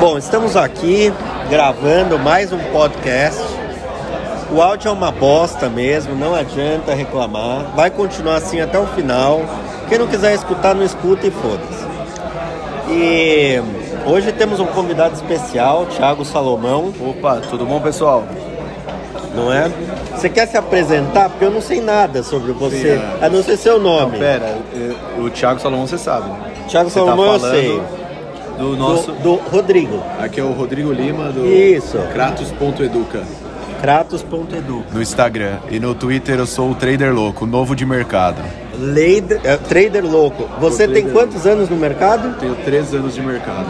Bom, estamos aqui gravando mais um podcast. O áudio é uma bosta mesmo, não adianta reclamar. Vai continuar assim até o final. Quem não quiser escutar, não escuta e foda-se. E hoje temos um convidado especial, Thiago Salomão, Opa, tudo bom, pessoal? não é? Você quer se apresentar? Porque eu não sei nada sobre você, Sim, é. a não ser seu Não, nome. pera, eu- o Thiago Salomão você sabe. né? Thiago Você tá Salomão, eu falando sei. Do Do- nosso. do Rodrigo, Aqui é o Rodrigo Lima do Isso. Kratos.educa Kratos.edu. No Instagram e no Twitter eu sou o Trader Louco, novo de mercado. Leider- é, trader louco. Você Sou tem trader quantos anos no mercado? Tenho três anos de mercado.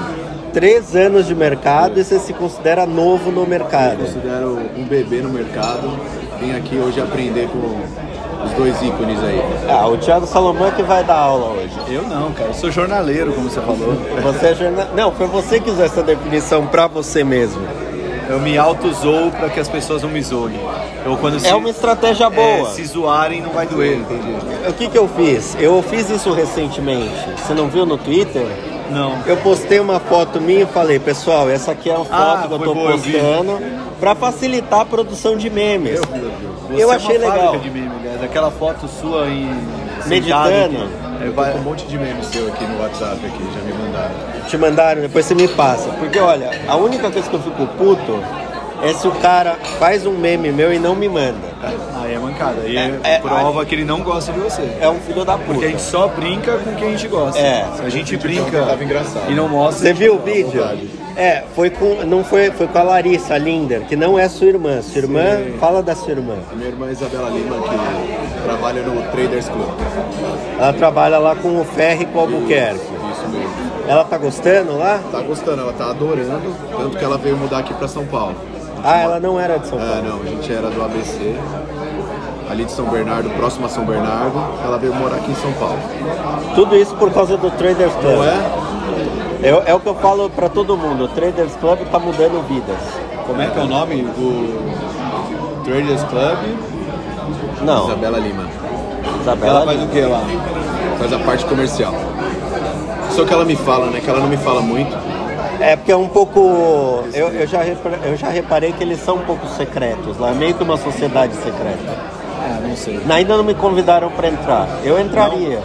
Três anos de mercado e você se considera novo no mercado. Considero um bebê no mercado. Vim aqui hoje aprender com os dois ícones aí. Ah, o Thiago Salomão é que vai dar aula hoje. Eu não, cara. Eu sou jornaleiro, como você falou. Você é jornal... Não, foi você que usou essa definição pra você mesmo. Eu me auto-zoo pra que as pessoas não me zoem. Eu, quando se, É uma estratégia é, boa. se zoarem, não vai doer, entendi. O que que eu fiz? Eu fiz isso recentemente. Você não viu no Twitter? Não. Eu postei uma foto minha e falei, pessoal, essa aqui é uma Ah, foto que eu foi tô boa, eu vi. postando pra facilitar a produção de memes. Eu, Eu achei legal. é De meme, aliás. Aquela foto sua em Meditando. sentado. Eu vai um monte de meme seu aqui no WhatsApp aqui, já me mandaram. te mandaram, depois você me passa. Porque olha, a única coisa que eu fico puto é se o cara faz um meme meu e não me manda. Aí é mancada. Aí É, é, é, prova que ele não gosta de você. É um filho da Porque a gente puta. só brinca com quem a gente gosta. É. Se a de gente ontem brinca tava engraçado. e não mostra. Você a gente viu o não dá vídeo? vontade. É, foi com, não foi, foi com a Larissa Linder, que não é sua irmã. Sua irmã, fala da sua irmã. Minha irmã Isabela Lima, que trabalha no Traders Club. Ela trabalha lá com o Ferri com o Albuquerque. Isso mesmo. Ela tá gostando lá? Tá gostando, ela tá adorando, tanto que ela veio mudar aqui pra São Paulo. Ah, ela não era de São Ah, Paulo. não, a gente era do ABC, ali de São Bernardo, próximo a São Bernardo, ela veio morar aqui em São Paulo. Tudo isso por causa do Traders Club. Não é? Eu- é o que eu falo pra todo mundo, o Traders Club tá mudando vidas. Como é que é o nome do Traders Club? Não, Isabela Lima. Ela Isabela faz o que lá? Faz a parte comercial. Só que ela me fala, né? Que ela não me fala muito. É porque é um pouco. Eu, eu, já repre- eu já reparei que eles são um pouco secretos lá, é meio que uma sociedade secreta. Ah, não sei. Ainda não me convidaram para entrar. Eu entraria.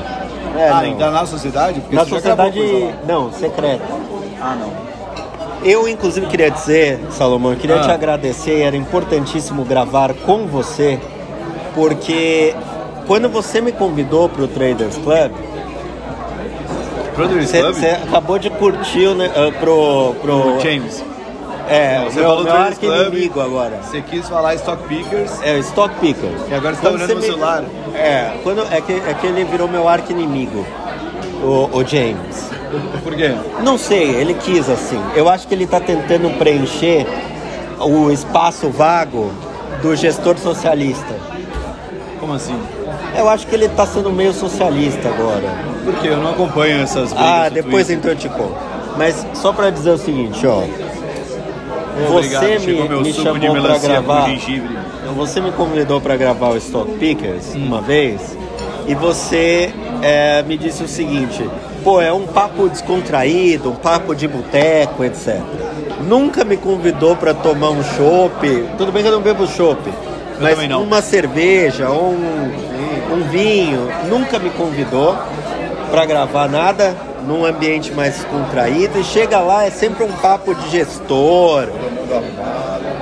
É, ah, não. então ainda na sociedade? Porque Na você já é. gravou sociedade. coisa lá. Não, secreta. Ah, não. Eu, inclusive, queria dizer, Salomão, eu queria Ah. te agradecer, era importantíssimo gravar com você, porque quando você me convidou para o Traders Club, Traders você Club? você acabou de curtir o ne- ah, pro, pro. O James. É, Você você meu, falou meu Traders Club. arqui-inimigo agora. Você quis falar Stock Pickers. É, o Stock Pickers. E agora você tá Quando olhando no me- celular. É, quando... é, que, é que ele virou meu arco inimigo, o, o James. Por quê? Não sei, ele quis assim. Eu acho que ele tá tentando preencher o espaço vago do gestor socialista. Como assim? Eu acho que ele tá sendo meio socialista agora. Por quê? Eu não acompanho essas brigas Ah, do depois Twitter. então eu te conto. Mas só pra dizer o seguinte, ó. Obrigado, Você chegou me, meu me suco de chamou pra melancia gravar. com gengibre. Então, Você me convidou para gravar o Stock Pickers Hum. uma vez e você é, me disse o seguinte: pô, é um papo descontraído, um papo de boteco, etc. Nunca me convidou para tomar um chopp. Tudo bem que eu não bebo chopp, mas também não. uma cerveja ou um, um vinho. Nunca me convidou para gravar nada num ambiente mais descontraído. E chega lá, é sempre um papo de gestor.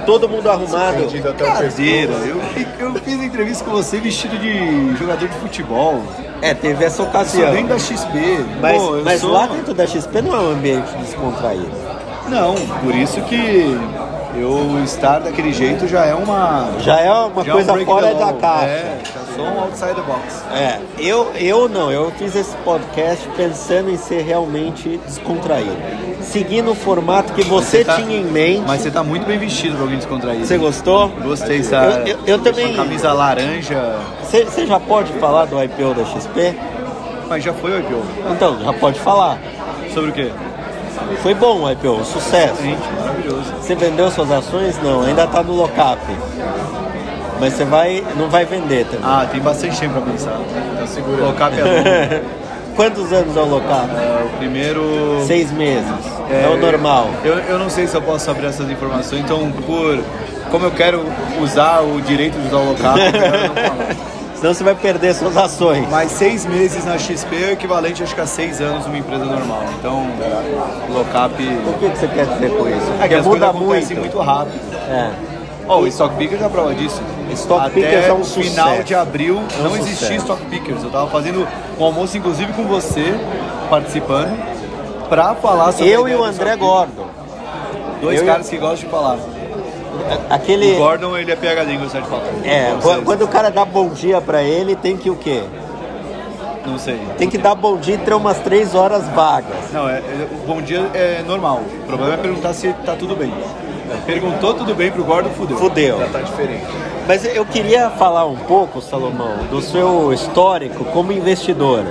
Todo mundo arrumado. Vendido até o Brincadeira, pescoço. eu, fi- eu fiz entrevista com você vestido de jogador de futebol. É, teve essa Sou ocasião. dentro da XP. Mas, Pô, eu mas sou- lá dentro da XP não é um ambiente descontraído. Não, por isso que eu estar daquele jeito já é uma. Já é uma já é um coisa break fora the da law. caixa. É. É, já sou um outside the box. eu, eu não, eu fiz esse podcast pensando em ser realmente descontraído. Seguindo o formato que você, tá- tinha em mente. Mas você tá muito bem vestido pra alguém descontraído. Você gostou? Gostei, Eu, sabe? eu, eu também. Camisa laranja. Você você já pode falar do IPO da XP? Mas já foi o IPO. Então, já pode falar. Sobre o quê? Foi bom o IPO, sucesso. Gente, maravilhoso. Você vendeu suas ações? Não, ainda tá no lockup. Mas você vai, não vai vender também. Ah, tem bastante tempo pra pensar. Tá segurando. Colocar pela. Quantos anos é o local? É, o primeiro. Seis meses. É, o normal. Eu, eu não sei se eu posso abrir essas informações, então por. Como eu quero usar o direito de usar o local, eu não falo. Senão você vai perder suas ações. Mas seis meses na XP é o equivalente acho que a seis anos numa empresa normal. Então, locap. O É que, que você quer dizer com isso? É que Porque as coisas muda acontecem muito. muito rápico. É. Ó, o Stock Pickers é a prova disso. Stock Até Pickers é um final sucesso. de abril É um não existia sucesso. Stock Pickers. Eu tava fazendo um almoço, inclusive, com você, participando, pra falar sobre a Eu e ideia o do André Stock Gordon. Pickers. Dois eu e- caras que gostam de falar. Aquele. O Gordon, ele é PHD, em gostar de falar. É, não sei. qu- quando o cara dá bom dia pra ele, tem que o quê? Não sei. Tem que dar bom dia e ter umas três horas vagas. Não, é, é- o bom dia é normal. O problema é perguntar se tá tudo bem. É, Perguntou tudo bem pro Gordon, fudeu. Fudeu. Tá diferente. Mas eu queria falar um pouco, Salomão, do seu histórico como investidor.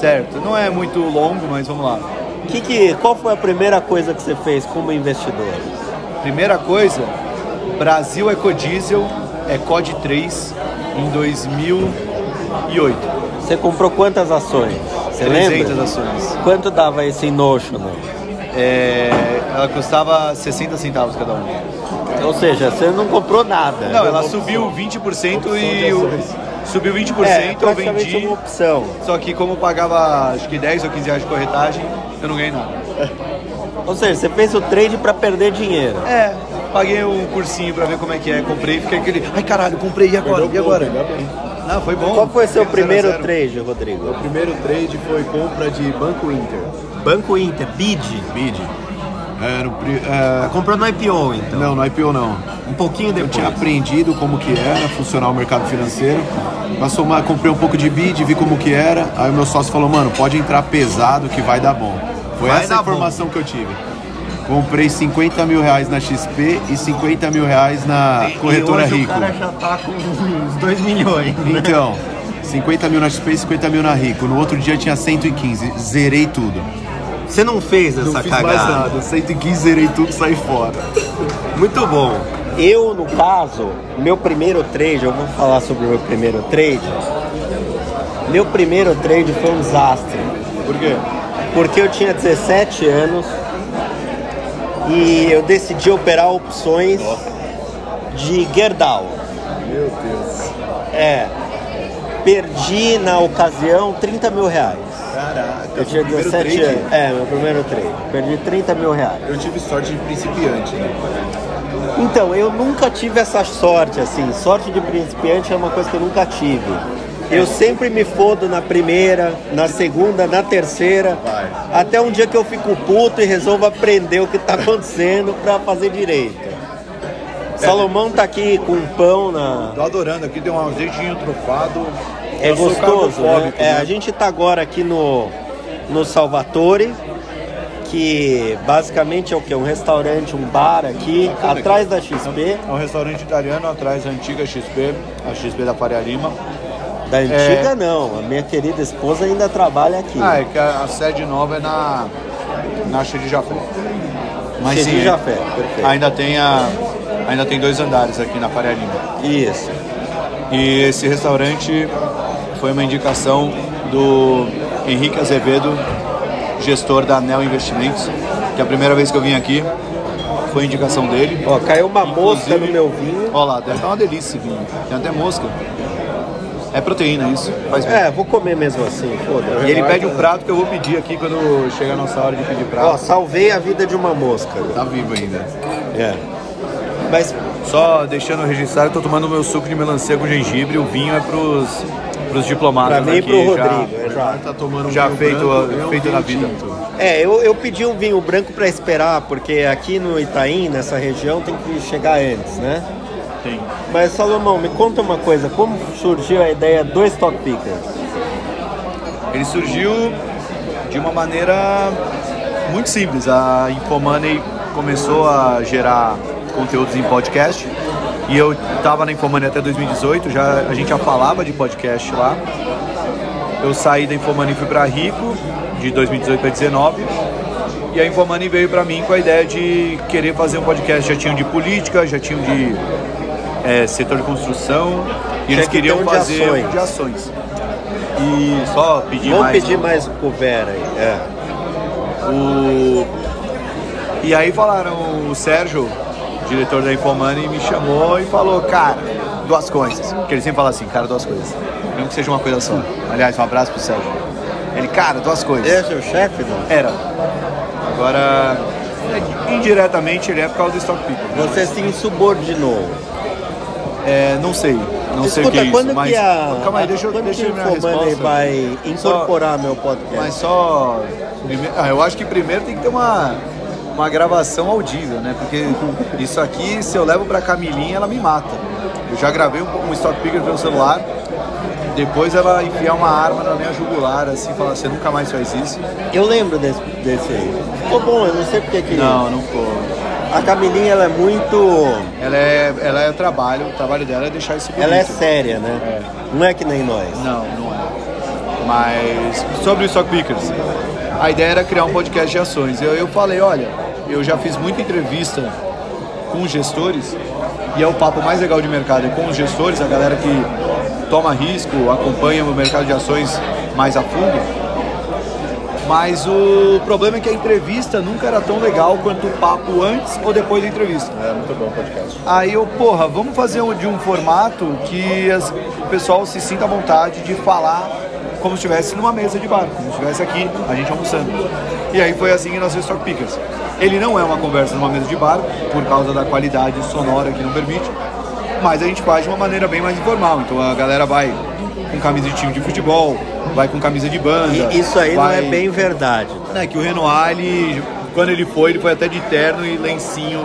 Certo. Não é muito longo, mas vamos lá. Que que, qual foi a primeira coisa que você fez como investidor? Primeira coisa, Brasil Ecodiesel é COD 3 em 2008. Você comprou quantas ações? Você 300 lembra? ações. Quanto dava esse né? Notional? É, ela custava 60 centavos cada É, uma. Ou seja, você não comprou nada. Não, ela subiu 20% e eu, subiu 20% é, eu praticamente vendi. uma opção. Só que como eu pagava acho que 10 ou 15 reais de corretagem, eu não ganhei nada. Ou seja, você fez o trade para perder dinheiro. É, paguei um cursinho pra ver como é que é, comprei, fiquei aquele, ai caralho, comprei e agora, e Perdeu agora? pouco, ainda bem. Não, foi bom. Qual foi seu Zero a primeiro zero. trade, Rodrigo? O primeiro trade foi compra de Banco Inter. Banco Inter, BID. Bid. Era o pri- é, Comprou no IPO, então. Não, no IPO não. Um pouquinho Eu tinha aprendido como que era funcionar o mercado financeiro. Passou uma, comprei um pouco de bid, vi como que era. Aí o meu sócio falou, mano, pode entrar pesado que vai dar bom. Foi Vai essa a dar bom. informação que eu tive. Comprei 50 mil reais na XP e 50 mil reais na corretora Rico. já tá com uns 2 milhões. Então, 50 mil na XP e 50 mil na Rico. No outro dia tinha 115. Zerei tudo. Você não fez essa Não fiz mais nada. 115, zerei tudo, saí fora. Muito bom. Eu, no caso, meu primeiro trade, eu vou falar sobre o meu primeiro trade. Meu primeiro trade foi um desastre. Por quê? Porque eu tinha 17 anos e eu decidi operar opções de Gerdau. Meu Deus. É. Perdi na ocasião 30 mil reais. Caraca. Eu tinha o primeiro 17 trade, anos. É, meu primeiro trade. Perdi 30 mil reais. Eu tive sorte de principiante, né? Então, eu nunca tive essa sorte, assim. Sorte de principiante é uma coisa que eu nunca tive. Eu sempre me fodo na primeira, na segunda, na terceira. Vai. Até um dia que eu fico puto e resolvo aprender o que tá acontecendo pra fazer direito. Salomão tá aqui com um pão na. Tô adorando aqui, tem um azeitinho trufado. É Eu sou gostoso, né? carbofóbico, É, a gente tá agora aqui no, no Salvatore, que basicamente é o quê? Um restaurante, um bar aqui, Bacana atrás da XP, É um restaurante italiano atrás da antiga XP, a XP da Faria Lima. da É. antiga não, a minha querida esposa ainda trabalha aqui. Ah, é que a, a sede nova é na, na Xeri Jafé. Mas Xeri sim, é, Jafé, perfeito. Ainda tem, a, ainda tem dois andares aqui na Faria Lima. Isso. E esse restaurante foi uma indicação do Henrique Azevedo, gestor da Anel Investimentos, que a primeira vez que eu vim aqui foi indicação dele. Ó, caiu uma mosca Inclusive- no meu vinho. Olha lá, deve estar uma delícia, esse vinho. Tem até mosca. É proteína isso, faz bem. É, vou comer mesmo assim, foda-se. E ele pede um prato que eu vou pedir aqui quando chegar a nossa hora de pedir Ó, prato. salvei a vida de uma mosca. Tá vivo ainda. É. Mas Só deixando registrado, eu tô tomando meu suco de melancia com gengibre, o vinho é pros, pros diplomatas pra um mim e aqui, pro já- Rodrigo, é já. Tá tomando Já vinho feito a- eu feito vinho na vida. tinto. É, eu, eu pedi um vinho branco pra esperar, porque aqui no Itaim, nessa região, tem que chegar antes, né? Tem. Mas Salomão, me conta uma coisa, como surgiu a ideia do Stock Pickers? Ele surgiu de uma maneira muito simples. A Infomoney começou a gerar conteúdos em podcast e eu estava na Infomoney até 2018, já, a gente já falava de podcast lá. Eu saí da Infomoney e fui para Rico de 2018 para 2019. E a Infomoney veio para mim com a ideia de querer fazer um podcast. Já tinham de política, já tinham de eh, setor de construção. E Tinha eles que ter queriam um de fazer ações. um de ações. E só pedir Vamos mais. um. pedir mais o Vera aí. É. O... E aí falaram, o Sérgio, diretor da Infomani, me chamou e falou, cara, duas coisas. Porque ele sempre fala assim, cara, duas coisas. Mesmo que seja uma coisa só. Aliás, um abraço pro Sérgio. Ele, cara, duas coisas. Ele é seu chefe, não? Era. Agora, indiretamente, ele é por causa do Stock People. Você se insubordinou. É, não sei. Não sei o que Escuta, é isso, quando mas... que a. Calma aí, deixa, eu- quando deixa eu que terminar a o Fomoney resposta. vai incorporar meu podcast? Mas só. prime- ah, eu acho que primeiro tem que ter uma, uma gravação audível, né? Porque isso aqui, se eu levo pra Camilinha, ela me mata. Eu já gravei um, um stock picker pelo celular. Depois ela enfiar uma arma na minha jugular, assim, falar, você nunca mais faz isso. Eu lembro desse, desse aí. Ficou bom, eu não sei porque que. Não, não ficou. A Camilinha ela é muito. Ela é, ela é trabalho, o trabalho dela é deixar isso bonito. Ela é séria, né? Não é que nem nós. Não, não é. Mas sobre os Stock Pickers, a ideia era criar um podcast de ações. Eu, eu falei, olha, eu já fiz muita entrevista com os gestores e é o papo mais legal de mercado, é com os gestores, a galera que toma risco, acompanha o mercado de ações mais a fundo. Mas o problema é que a entrevista nunca era tão legal quanto o papo antes ou depois da entrevista. É muito bom o podcast. Aí eu, porra, vamos fazer um- de um formato que as- o pessoal se sinta à vontade de falar como se estivesse numa mesa de bar, como se estivesse aqui, a gente almoçando. E aí foi assim que nós fizemos Stock Pickers. Ele não é uma conversa numa mesa de bar, por causa da qualidade sonora que não permite, mas a gente faz de uma maneira bem mais informal. Então a galera vai com camisa de time de futebol, vai com camisa de banda. E isso aí vai- não é bem verdade. né, que o Renoir, ele, quando ele foi, ele foi até de terno e lencinho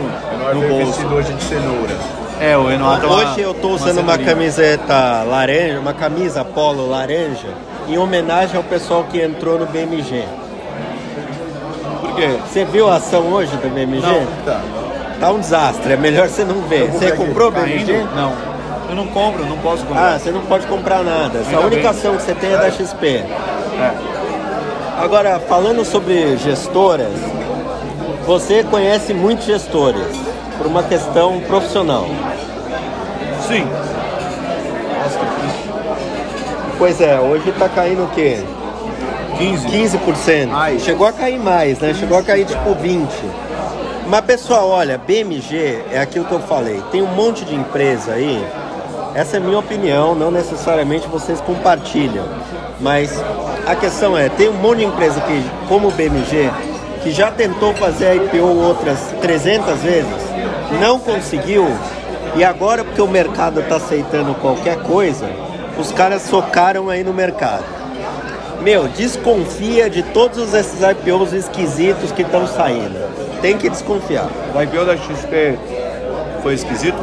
no bolso. hoje de cenoura. É, o Renoir tá uma- Hoje eu tô usando uma, cenourinha. camiseta laranja, uma camisa polo laranja, em homenagem ao pessoal que entrou no BMG. Por quê? Você viu a ação hoje do BMG? tá. Tá um desastre, é melhor você não ver. Tá Você comprou o BMG? Caindo? é Não. Eu não compro, não posso comprar. Ah, você não pode comprar nada. A única bem. ação que você tem é da XP. Agora, falando sobre gestoras, você conhece muitos gestores por uma questão profissional. Ah. Sim. Pois é, hoje tá caindo o quê? 15. 15%. Ai. Chegou a cair mais, né? Chegou a cair tipo 20%. Mas pessoal, olha, BMG é aquilo que eu falei. Tem um monte de empresa aí. Essa é a minha opinião, não necessariamente vocês compartilham. Mas a questão é, tem um monte de empresa que, como o BMG, que já tentou fazer a IPO outras 300 vezes, não conseguiu. E agora, porque o mercado está aceitando qualquer coisa, os caras socaram aí no mercado. Meu, desconfia de todos esses IPOs esquisitos que estão saindo. Tem que desconfiar. O IPO da XP foi esquisito?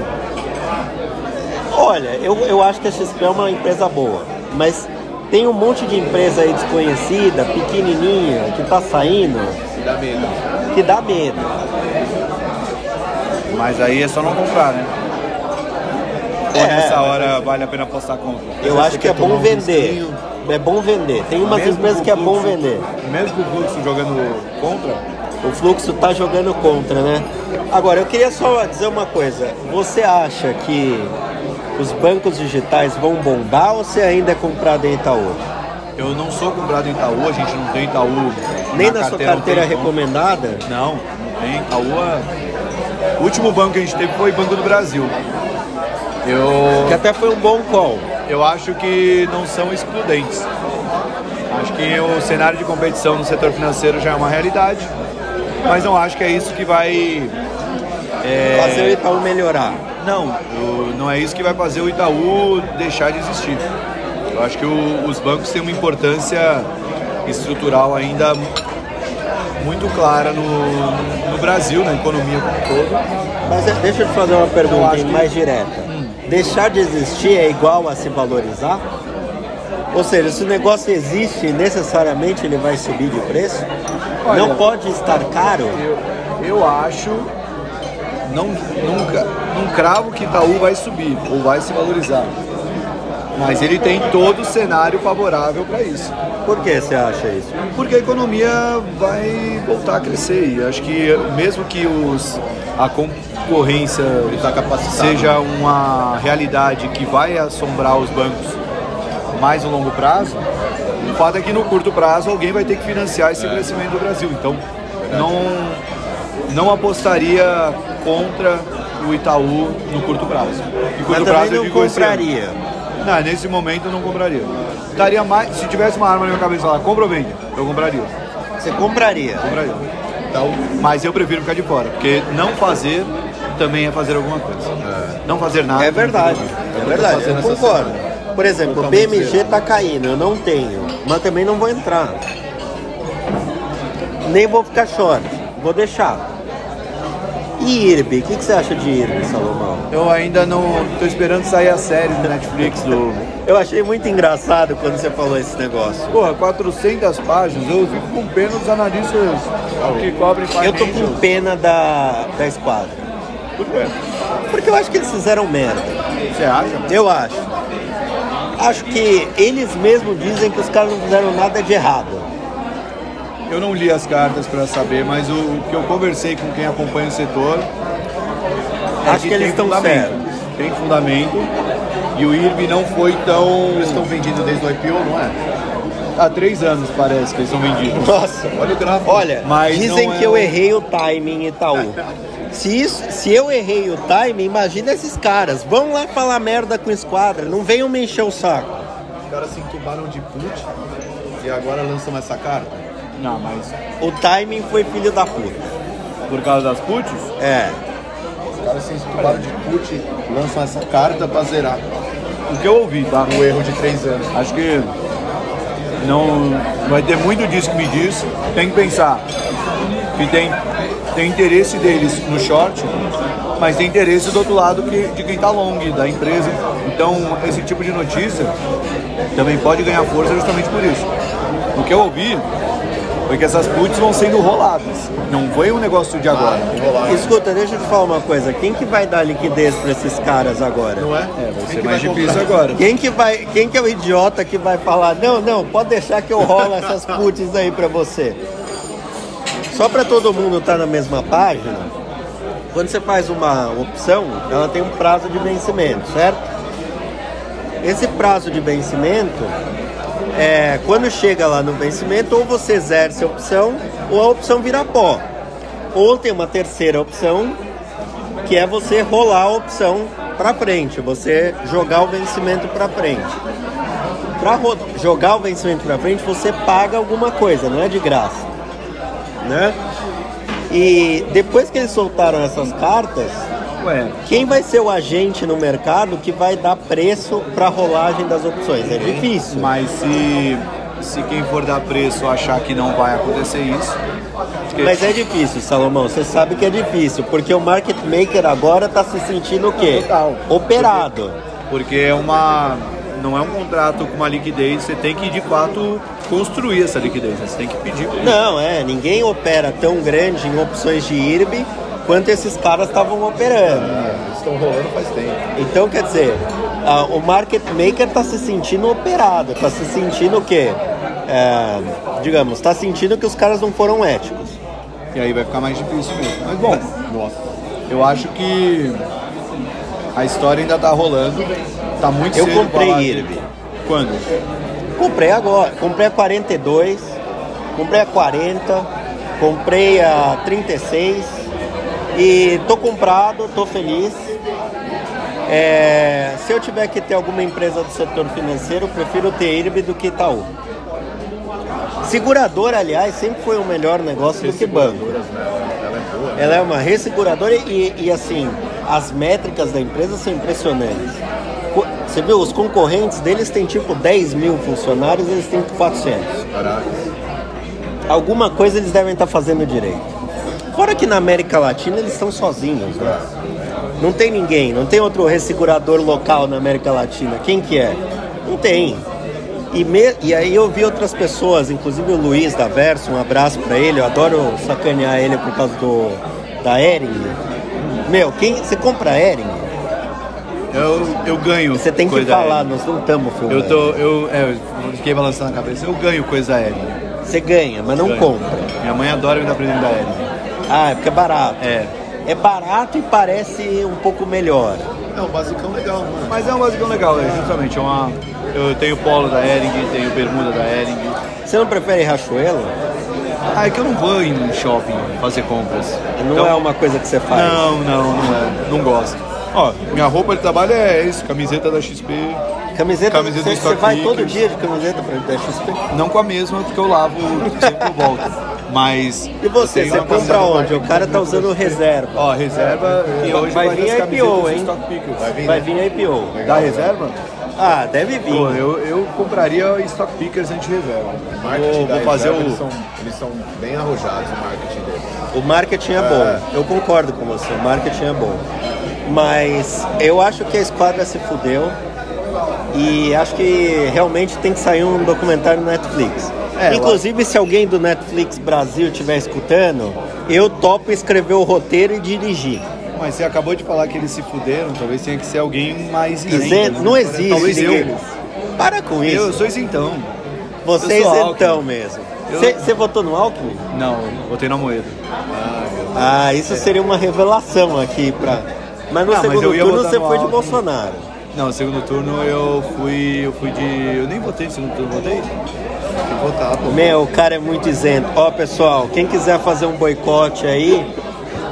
Olha, eu, eu acho que a XP é uma empresa boa, mas tem um monte de empresa aí desconhecida, pequenininha, que tá saindo, Dá medo. que dá medo. Mas aí é só não comprar, né? Ou É, nessa hora vale a pena apostar contra. Eu acho que é bom vender. É bom vender. Tem umas um Mesmo empresas com que é o bom fluxo- vender. Mesmo com o fluxo jogando contra, O fluxo tá jogando contra, né? Agora, eu queria só dizer uma coisa. Você acha que os bancos digitais vão bombar ou você ainda é comprado em Itaú? eu não sou comprado em Itaú, a gente não tem Itaú. Nem na, sua não carteira tem, não. recomendada? Não, não tem. Itaú. é- O último banco que a gente teve foi Banco do Brasil. Que Eu, até foi um bom call. eu acho que não são excludentes. Acho que o cenário de competição no setor financeiro já é uma realidade, mas não acho que é isso que vai. é, Fazer o Itaú melhorar. não, o- não é isso que vai fazer o Itaú deixar de existir. Eu acho que o- os bancos têm uma importância estrutural ainda muito clara no, no Brasil, na economia como um todo. Mas é, deixa eu te fazer uma Eu pergunta acho que- Hum. mais direta. Deixar de existir é igual a se valorizar? Ou seja, se o negócio existe, necessariamente ele vai subir de preço? Olha- Não pode estar caro? Eu, eu acho, não, nunca, não cravo que Itaú vai subir ou vai se valorizar. Mas ele tem todo o cenário favorável para isso. Por que você acha isso? Porque a economia vai voltar a crescer e acho que mesmo que os, a concorrência né? Ele tá capacitado. seja uma realidade que vai assombrar os bancos mais no longo prazo, o fato é que no curto prazo alguém vai ter que financiar É. esse crescimento do Brasil. Então, não, não apostaria contra o Itaú no curto prazo. E curto Mas prazo também não digo esse ano. compraria. Não, nesse momento eu não compraria. Daria mais, se tivesse uma arma na minha cabeça lá, compra ou vende, eu compraria. Você compraria. Compraria. Então, mas eu prefiro ficar de fora, porque não fazer também é fazer alguma coisa. Não fazer nada. É verdade, é verdade, eu fazendo essa concordo. Por exemplo, o Totalmente BMG tá caindo, eu não tenho, mas também não vou entrar. Nem vou ficar short, vou deixar. E IRB, o que, que você acha de IRB, Salomão? Eu ainda não. tô esperando sair a série do Netflix do. Eu achei muito engraçado quando você falou esse negócio. Porra, 400 páginas, eu fico com pena dos analistas que cobrem Eu tô com financials. pena da, da esquadra, Por quê? porque eu acho que eles fizeram merda. Você acha? Eu acho. Acho que eles mesmos dizem que os caras não fizeram nada de errado. Eu não li as cartas pra saber, mas o, o que eu conversei com quem acompanha o setor. é Acho que eles tem estão fundamento. certos. Tem fundamento. E o IRB não foi tão. Eles estão vendidos desde o IPO, não é? Há três anos parece que eles estão vendidos. Nossa, Olha o gráfico. Olha, Mas dizem não é que um- eu o- errei o timing, Itaú. Se, isso, se eu errei o timing, imagina esses caras. Vão lá falar merda com esquadra, não venham me encher o saco. Os caras se entubaram de put e agora lançam essa carta. Não, mas O timing foi filho da puta. por causa das puts? É. Os caras se entubaram de put e lançam essa carta pra zerar O que eu ouvi, tá? o erro de três anos. Acho que não vai ter muito disso que me diz. Tem que pensar que tem, tem interesse deles no short, mas tem interesse do outro lado que, de quem está long, da empresa. Então, esse tipo de notícia também pode ganhar força justamente por isso. O que eu ouvi foi que essas puts vão sendo roladas. Não foi um negócio de agora. Escuta, deixa eu te falar uma coisa. Quem que vai dar liquidez pra esses caras agora? Não é? É, vai Quem ser que mais vai difícil comprar? agora. Quem que, vai, quem que é o idiota que vai falar, não, não, pode deixar que eu rolo essas puts aí pra você. Só pra todo mundo estar na mesma página, quando você faz uma opção, ela tem um prazo de vencimento, certo? Esse prazo de vencimento, é, quando chega lá no vencimento, ou você exerce a opção, ou a opção vira pó. Ou tem uma terceira opção, que é você rolar a opção para frente, você jogar o vencimento para frente. Para jogar o vencimento para frente, você paga alguma coisa, não é de graça, né? E depois que eles soltaram essas cartas, Ué, quem vai ser o agente no mercado que vai dar preço para rolagem das opções? É difícil. Mas se, se quem for dar preço achar que não vai acontecer isso. porque- Mas é difícil, Salomão. Você sabe que é difícil, porque o market maker agora está se sentindo o quê? Total. Operado. Porque é uma. Não é um contrato com uma liquidez, você tem que de fato construir essa liquidez, né? você tem que pedir. Não, é, ninguém opera tão grande em opções de IRB quanto esses caras estavam operando. É, Eles estão rolando faz tempo. Então, quer dizer, a- o market maker está se sentindo operado, está se sentindo o quê? É, digamos, está sentindo que os caras não foram éticos. E aí vai ficar mais difícil mesmo. Mas bom, eu acho que a história ainda tá rolando. Tá muito Eu cedo pra comprei falar de- né? IRB. Quando? Comprei agora, comprei a 42, comprei a 40, comprei a 36 e tô comprado, tô feliz. É, se eu tiver que ter alguma empresa do setor financeiro, eu prefiro ter IRB do que Itaú. Seguradora, aliás, sempre foi o melhor negócio do que banco. Ela é uma resseguradora e, e, assim, as métricas da empresa são impressionantes. Co- Você viu, os concorrentes deles têm tipo 10 mil funcionários, eles têm 400. Alguma coisa eles devem estar fazendo direito. Fora que na América Latina eles estão sozinhos, né? Não tem ninguém, não tem outro ressegurador local na América Latina. Quem que é? Não tem. E, me- e aí eu vi outras pessoas, inclusive o Luiz da Verso, um abraço pra ele, eu adoro sacanear ele por causa do da Ering. Meu, quem você compra a Ering? Eu, eu ganho. Você tem que coisa falar, né? aérea. nós não estamos filmando. Eu tô. Eu, é, eu fiquei balançando a cabeça. Eu ganho coisa aérea. Você ganha, mas não Ganho. compra. Minha mãe adora me dar presente da aérea. Ah, é porque é barato. É. É barato e parece um pouco melhor. É um basicão legal, mano. Mas é um basicão legal, é, justamente. É uma, eu tenho polo da Hering, tenho bermuda da Hering. Você não prefere Rachuelo? Ah, é que eu não vou em shopping fazer compras. Não é uma coisa que você faz. Então- Não, não, não é. Não gosto. Ó, minha roupa de trabalho é isso, camiseta da XP. Camiseta, Camiseta você, do você vai Stock todo dia de camiseta pra da XP? Não com a mesma, porque eu lavo sempre eu volto. Mas. E você, eu tenho você uma compra camiseta- onde? O cara tá usando reserva. Ó, reserva. E hoje Vai das vir a camisetas IPO, do hein? Stock Pickers. Vai vir, Vai né? vir a IPO. Da reserva? Ah, deve vir. Pô, eu, eu compraria Stock Pickers antes de reserva. Vou, é, da vou fazer Reserva, Eles o. são, eles são bem arrojados, o marketing deles. O marketing é bom, eu concordo com você, o marketing é bom. Mas eu acho que a esquadra se fudeu e acho que realmente tem que sair um documentário no Netflix. É, Inclusive, se alguém do Netflix Brasil estiver escutando, eu topo escrever o roteiro e dirigir. Mas você acabou de falar que eles se fuderam, talvez tenha que ser alguém mais Isento, isento. né? não existe. Talvez eu. ninguém- Para com Eu isso. sou isentão. Vocês eu sou então Alckmin. mesmo. Eu- Você você votou no Alckmin? Não, botei na moeda. Ah, isso seria uma revelação aqui pra. Mas no Ah, É. mas segundo eu ia turno votar você no foi de Alckmin. Bolsonaro. Não, no segundo turno eu fui. Eu fui de. Eu nem votei no segundo turno, votei? Tem que votar, pô. Meu, o cara é muito isento. Ó, pessoal, quem quiser fazer um boicote aí,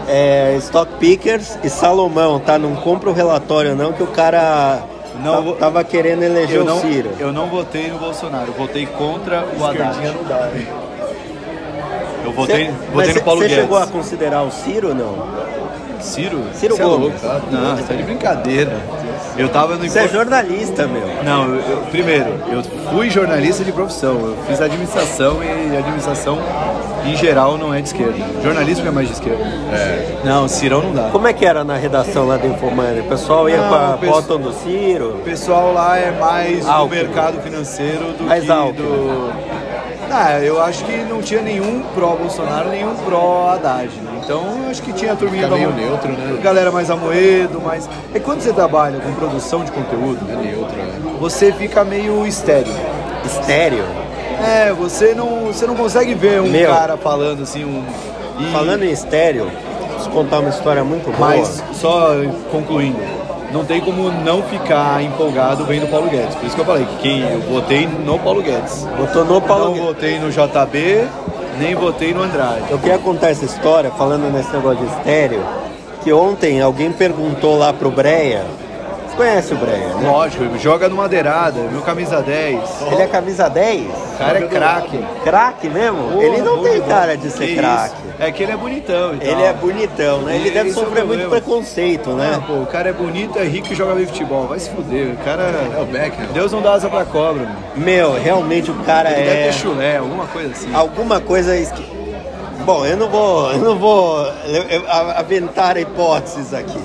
é Stock Pickers e Salomão, tá? Não compra o relatório não, que o cara Não, ta- vou- tava querendo eleger Eu o não, Ciro. eu não votei no Bolsonaro, eu votei contra o Esquerdinha Haddad. não dá, né? Eu votei, Cê- mas votei cê- no Paulo cê Guedes. chegou a considerar o Ciro ou não? Ciro? Ciro Cê é Gomes. louco? Não, você tá de brincadeira. Eu tava no Você é imposto- jornalista, meu. Não, eu- eu- primeiro, eu fui jornalista de profissão. Eu fiz administração e administração, em geral, não é de esquerda. Jornalismo é mais de esquerda. É. Não, Cirão não dá. Como é que era na redação lá do Informante? O pessoal ia Não, pra o pessoal- botão do Ciro? O pessoal lá é mais do Alckmin. mercado financeiro do Mais que Alckmin. do... Ah, eu acho que não tinha nenhum pró-Bolsonaro, nenhum pró-Haddad. né? Então, eu acho que tinha a turminha... Fica da meio Mo- neutro, né? Galera mais amoedo, mais... É quando você trabalha com produção de conteúdo, É neutro, né? você fica meio estéreo. Estéreo? É, você não, você não consegue ver um Meu. cara falando assim um. e- Falando em estéreo, preciso contar uma história muito boa. Mas só concluindo, não tem como não ficar empolgado vendo o Paulo Guedes. Por isso que eu falei que quem eu votei no Paulo Guedes. Botou no Paulo não Guedes. votei no JB, nem votei no Andrade. Eu queria contar essa história, falando nesse negócio de estéreo, que ontem alguém perguntou lá pro Breia. Você conhece o Breia, né? Lógico, joga no Madeirada, meu camisa 10. Ele é camisa 10? O cara é craque. Craque mesmo? ele não Porra, tem bom, cara de bom. Que ser isso. craque. É que ele é bonitão e tal. Ele é bonitão, né? Ele Esse deve é o sofrer muito problema. preconceito, Ah, né? pô, o cara é bonito, é rico e joga bem futebol. Vai se fuder, o cara. É o Beckham. Deus não dá asa pra cobra, mano. Meu, realmente o cara Ele deve é ter chulé, alguma coisa assim. alguma coisa esqui... Bom, eu não vou, eu não vou eu- eu- a- aventar hipóteses aqui.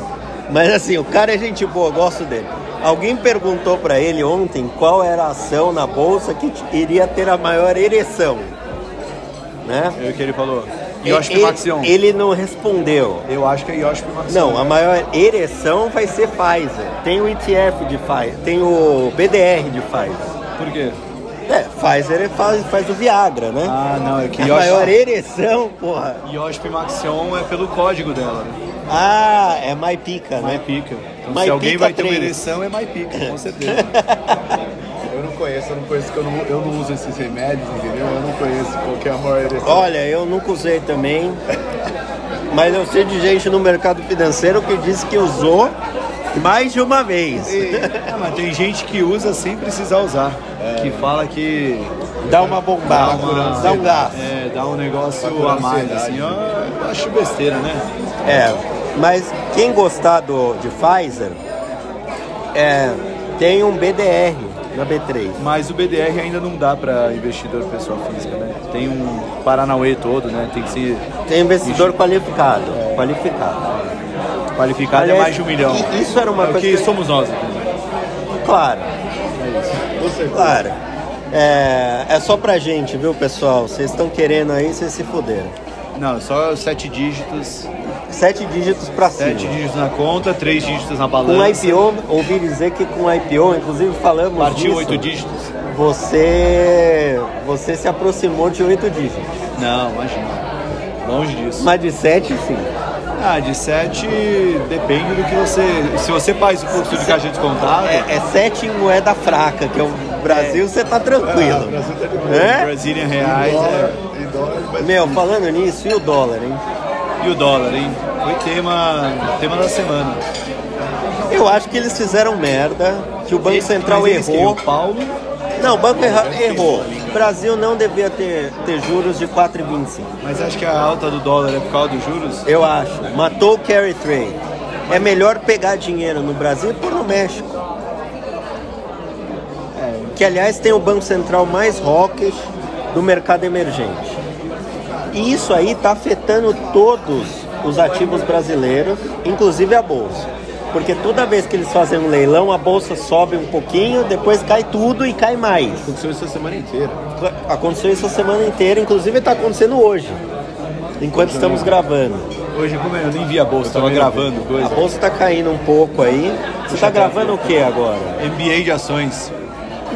Mas assim, o cara é gente boa, eu gosto dele. Alguém perguntou pra ele ontem qual era a ação na bolsa que t- iria ter a maior ereção, né? É o que ele falou. Yoshi E- Maxion. ele, ele não respondeu. Eu acho que é Yoshi Maxion. Não, a maior ereção vai ser Pfizer. Tem o ETF de Pfizer, tem o BDR de Pfizer. Por quê? É, Pfizer é- faz, faz o Viagra, né? Ah, não, é que a Yoshi... maior ereção, porra. Yoshi Maxion é pelo código dela, né? Ah, é Maipica, né? Maipica. Então, Maipica se alguém vai ter uma três. ereção, é Maipica, com certeza. Eu não conheço, eu não conheço, porque eu não, eu não uso esses remédios, entendeu? Eu não conheço qual que é a maior ereção. Olha, eu nunca usei também, mas eu sei de gente no mercado financeiro que disse que usou mais de uma vez. É, mas tem gente que usa sem precisar usar. Que fala que... É. Dá uma bombada, dá, uma- um gás. É, dá um negócio curar a mais, ansiedade. assim. ó, eu acho besteira, né? É, mas quem gostar do, de Pfizer, é, tem um BDR na B3. Mas o BDR ainda não dá para investidor pessoa física, né? Tem um Paranauê todo, né? Tem que ser Tem investidor qualificado, qualificado. qualificado, Aliás, é mais de um milhão. i- isso era uma é o coisa que que- somos nós aqui. Claro, Você claro. É, é só pra gente, viu, pessoal? Vocês estão querendo aí, vocês se fuderam. Não, só sete dígitos. Sete dígitos pra cima. Sete dígitos na conta, três dígitos na Com balança. IPO, ouvi dizer que com IPO, inclusive falamos Partiu disso, oito dígitos? Você, você se aproximou de oito dígitos, Não, imagina. Longe disso. mas de sete sim. Ah, de 7 depende do que você. Se você faz o fluxo de caixa descontado. É, é sete em moeda fraca, que é o Brasil, você tá Ah, o tranquilo. Brasil tá de boa. É? Brazilian Em reais dólar, é- em dólar, mas Meu, falando nisso, e o dólar, hein? e o dólar, hein? Foi tema, tema da semana. Eu acho que eles fizeram merda, que o Banco Esse- Central mas eles têm errou. O Paulo Não, o Banco erra- errou. O Brasil não devia ter, ter juros de 4,25. Mas acho que a alta do dólar é por causa dos juros? Eu acho. Matou o carry trade. É melhor pegar dinheiro no Brasil e pôr no México. É, Que, aliás, tem o Banco Central mais hawkish do mercado emergente. E isso aí está afetando todos os ativos brasileiros, inclusive a Bolsa. Porque toda vez que eles fazem um leilão, a Bolsa sobe um pouquinho, depois cai tudo e cai mais. Aconteceu isso a semana inteira. Aconteceu isso a semana inteira, inclusive está acontecendo hoje, enquanto estamos gravando. Hoje, como eu nem vi a bolsa, tava também não vi. gravando A coisa. bolsa está caindo um pouco aí. Você está gravando o que agora? MBA de ações.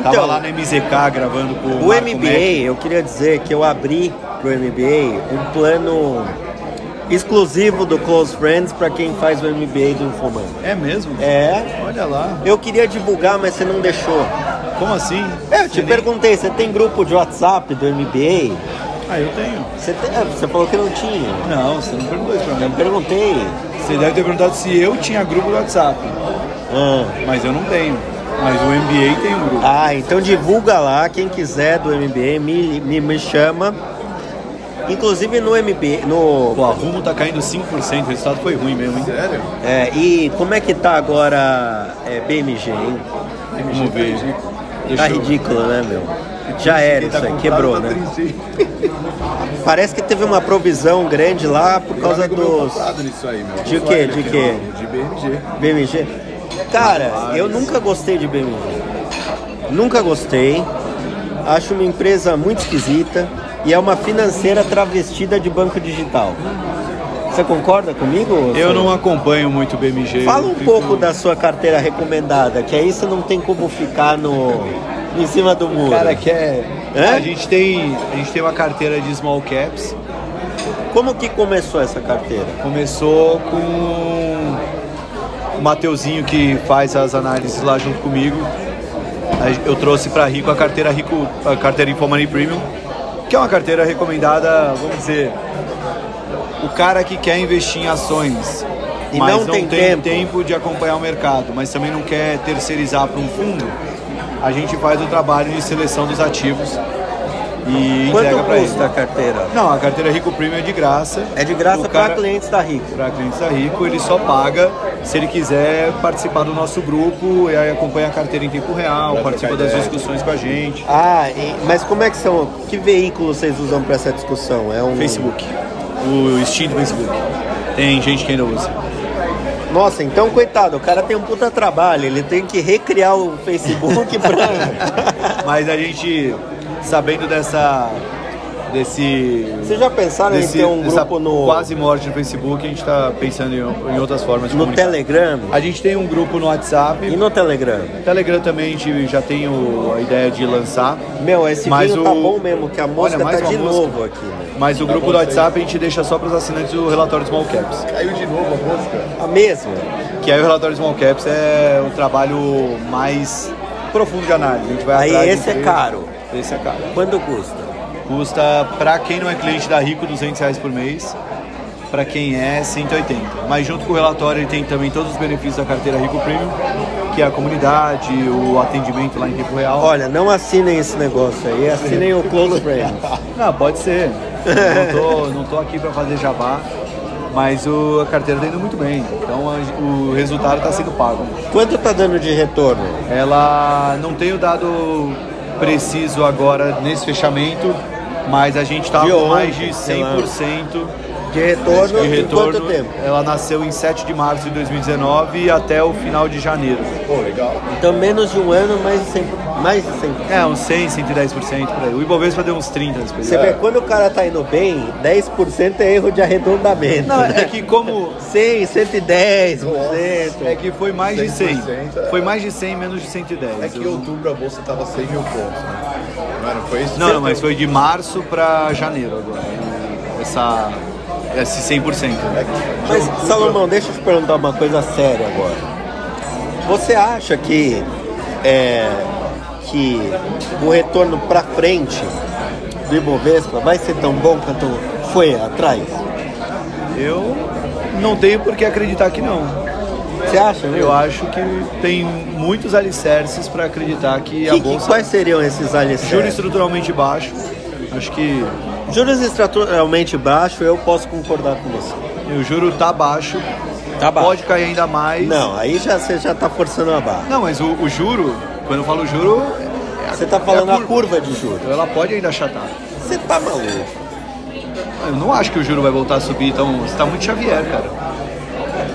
Tava Então. lá na MZK gravando com O Marco Mac. MBA, eu queria dizer que eu abri pro MBA um plano exclusivo do Close Friends para quem faz o MBA do Infomano. É mesmo? É, Olha lá. um eu queria divulgar, mas você não deixou. Como assim? Eu te Você nem- perguntei, você tem grupo de WhatsApp do MBA? Ah, eu tenho. Você, tem- ah, você falou que não tinha. Não, você não perguntou isso pra Eu mim. perguntei. Você deve ter perguntado se eu tinha grupo do WhatsApp. Ah. Mas eu não tenho. Mas o MBA tem um grupo. Ah, então divulga lá, quem quiser do MBA me, me, me chama. Inclusive no MBA, O no arrumo tá caindo 5%, o resultado foi ruim mesmo, hein? Sério? é, e como é que tá agora é, BMG, hein? Vamos ver. Tá Deixa eu- ridículo, né, meu? Já era tá isso aí, quebrou, né? Parece que teve uma provisão grande lá por causa dos Nisso aí, meu. De Volkswagen, quê? De quê? De BMG. BMG. Cara, eu nunca gostei de BMG. Nunca gostei. Acho uma empresa muito esquisita e é uma financeira travestida de banco digital. Você concorda comigo? Eu Você- não acompanho muito o BMG. Fala eu um fico- pouco da sua carteira recomendada, que aí você não tem como ficar no em cima do muro. Cara, que é. Hã? A gente tem. A gente tem uma carteira de small caps. Como que começou essa carteira? Começou com o Mateuzinho que faz as análises lá junto comigo. Aí Eu trouxe para Rico a carteira Rico, a carteira Infomoney Premium, que é uma carteira recomendada, vamos dizer, o cara que quer investir em ações, E mas não não, tem tem, tempo. tempo. de acompanhar o mercado, mas também não quer terceirizar para um fundo. A gente faz o trabalho de seleção dos ativos e entrega Quanto para ele. custa a carteira? Não, a carteira Rico Premium é de graça. É de graça O para cara- clientes da Rico. para clientes da Rico, ele só paga se ele quiser participar do nosso grupo e aí acompanha a carteira em tempo real, participa das discussões com é a gente. Ah, e- mas como é que são? Que veículo vocês usam para essa discussão? É um Facebook. O extinto Facebook. Tem gente que ainda usa. Nossa, então coitado, o cara tem um puta trabalho, ele tem que recriar o Facebook pra. Mas a gente, sabendo dessa. desse. Vocês já pensaram desse- em ter um dessa grupo no, Quase morte no Facebook, a gente tá pensando em, em outras formas de no comunicar. Telegram? A gente tem um grupo no WhatsApp. E no Telegram? Telegram também a gente já tem o- a ideia de lançar. Meu, esse Mas vídeo o- tá bom mesmo, que a mosca Olha, mais tá de uma mosca. novo aqui. Né? Mas o grupo do WhatsApp a gente deixa só para os assinantes o relatório Small Caps. Caiu de novo a mosca. A mesma? Que aí o relatório Small Caps é o trabalho mais profundo de análise. A gente vai Aí atrás de esse é empresas. caro. Esse é caro. Quanto custa? Custa, para quem não é cliente da Rico, 200 reais por mês. Para quem é, 180. Mas junto com o relatório ele tem também todos os benefícios da carteira Rico Premium, que é a comunidade, o atendimento lá em tempo real. Olha, não assinem esse negócio aí, assinem o Close Friends. Não, Ah, pode ser. Eu Não tô, não tô aqui para fazer jabá, mas o, a carteira tá indo muito bem. Então a gen- o resultado está sendo pago. Quanto tá dando de retorno? Ela não tem o dado preciso agora nesse fechamento, mas a gente está De com ontem, mais de sei lá. 100% De retorno, de em quanto retorno. tempo? Ela nasceu em 7 de março de 2019 e até o final de janeiro. Pô, legal. Então menos de um ano, mais de 100. Mais de 100. É, uns 100, 110% por aí. O Ibovespa deu uns 30 nesse período. Você vê, quando o cara tá indo bem, 10% é erro de arredondamento. né? Não, é que como 100, 110, É que foi mais de 100. 100%, é. Foi mais de 100, menos de 110. É que em Eu- outubro a bolsa tava 100 mil pontos, né? Mano, foi isso? Não, não, mas foi de março pra janeiro agora. Essa, esse 100%. É que- Mas, João, Salomão, deixa eu te perguntar uma coisa séria agora. Você acha que, é, que o retorno pra frente do Ibovespa vai ser tão bom quanto foi atrás? Eu não tenho por que acreditar que não. Você acha? né? mesmo? Eu acho que tem muitos alicerces para acreditar que Que- a é? que- bolsa quais seriam esses alicerces? juro estruturalmente baixo. Acho que Juros estruturalmente baixo, eu posso concordar com você. o juro tá baixo. Tá baixo. Pode cair ainda mais. Não, aí já, você já está forçando a barra. Não, mas o, o juro, quando eu falo juro, é a- Você está é falando a a curva de juros. Então ela pode ainda achatar. Você tá maluco. Eu não acho que o juro vai voltar a subir, então você tá muito Xavier, cara.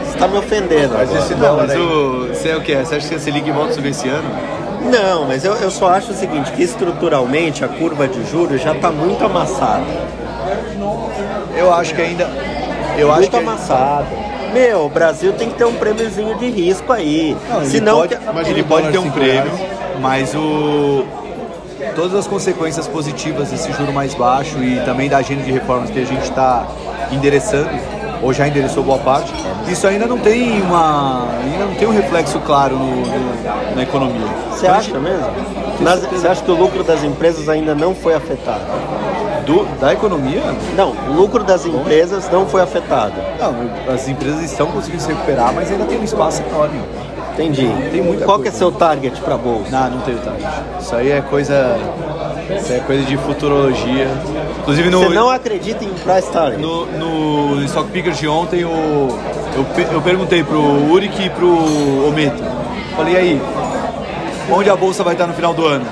Você tá me ofendendo. Mas agora. esse Não, dólar mas aí, o. Você é o que é? Você acha que a Selic volta a subir esse ano? Não, mas eu, eu só acho o seguinte, que estruturalmente a curva de juros já está muito amassada. Eu acho que ainda. Eu acho muito que. é- amassada. Meu, o Brasil tem que ter um prêmiozinho de risco aí. Não, ele Senão. pode, que- mas ele o pode dólar ter um cinco prêmio, reais. mas o todas as consequências positivas desse juro mais baixo e também da agenda de reformas que a gente está endereçando ou já endereçou boa parte, isso ainda não tem uma, ainda não tem um reflexo claro no- no- na economia. Você Então, a gente- acha mesmo? Nas- é- você acha que o lucro das empresas ainda não foi afetado? do- da economia? Não, o lucro das empresas não foi afetado. Não, as empresas estão conseguindo se recuperar, mas ainda tem um espaço enorme. Entendi. Tem muita Qual coisa, que é seu target para bolsa? Não, não tenho target. Isso aí é coisa, isso aí é coisa de futurologia. Inclusive no Você não acredita em price target? No, no Stock Pickers de ontem, eu, eu, pe- eu perguntei pro Uric e pro Ometo. Falei, e aí, onde a bolsa vai estar no final do ano?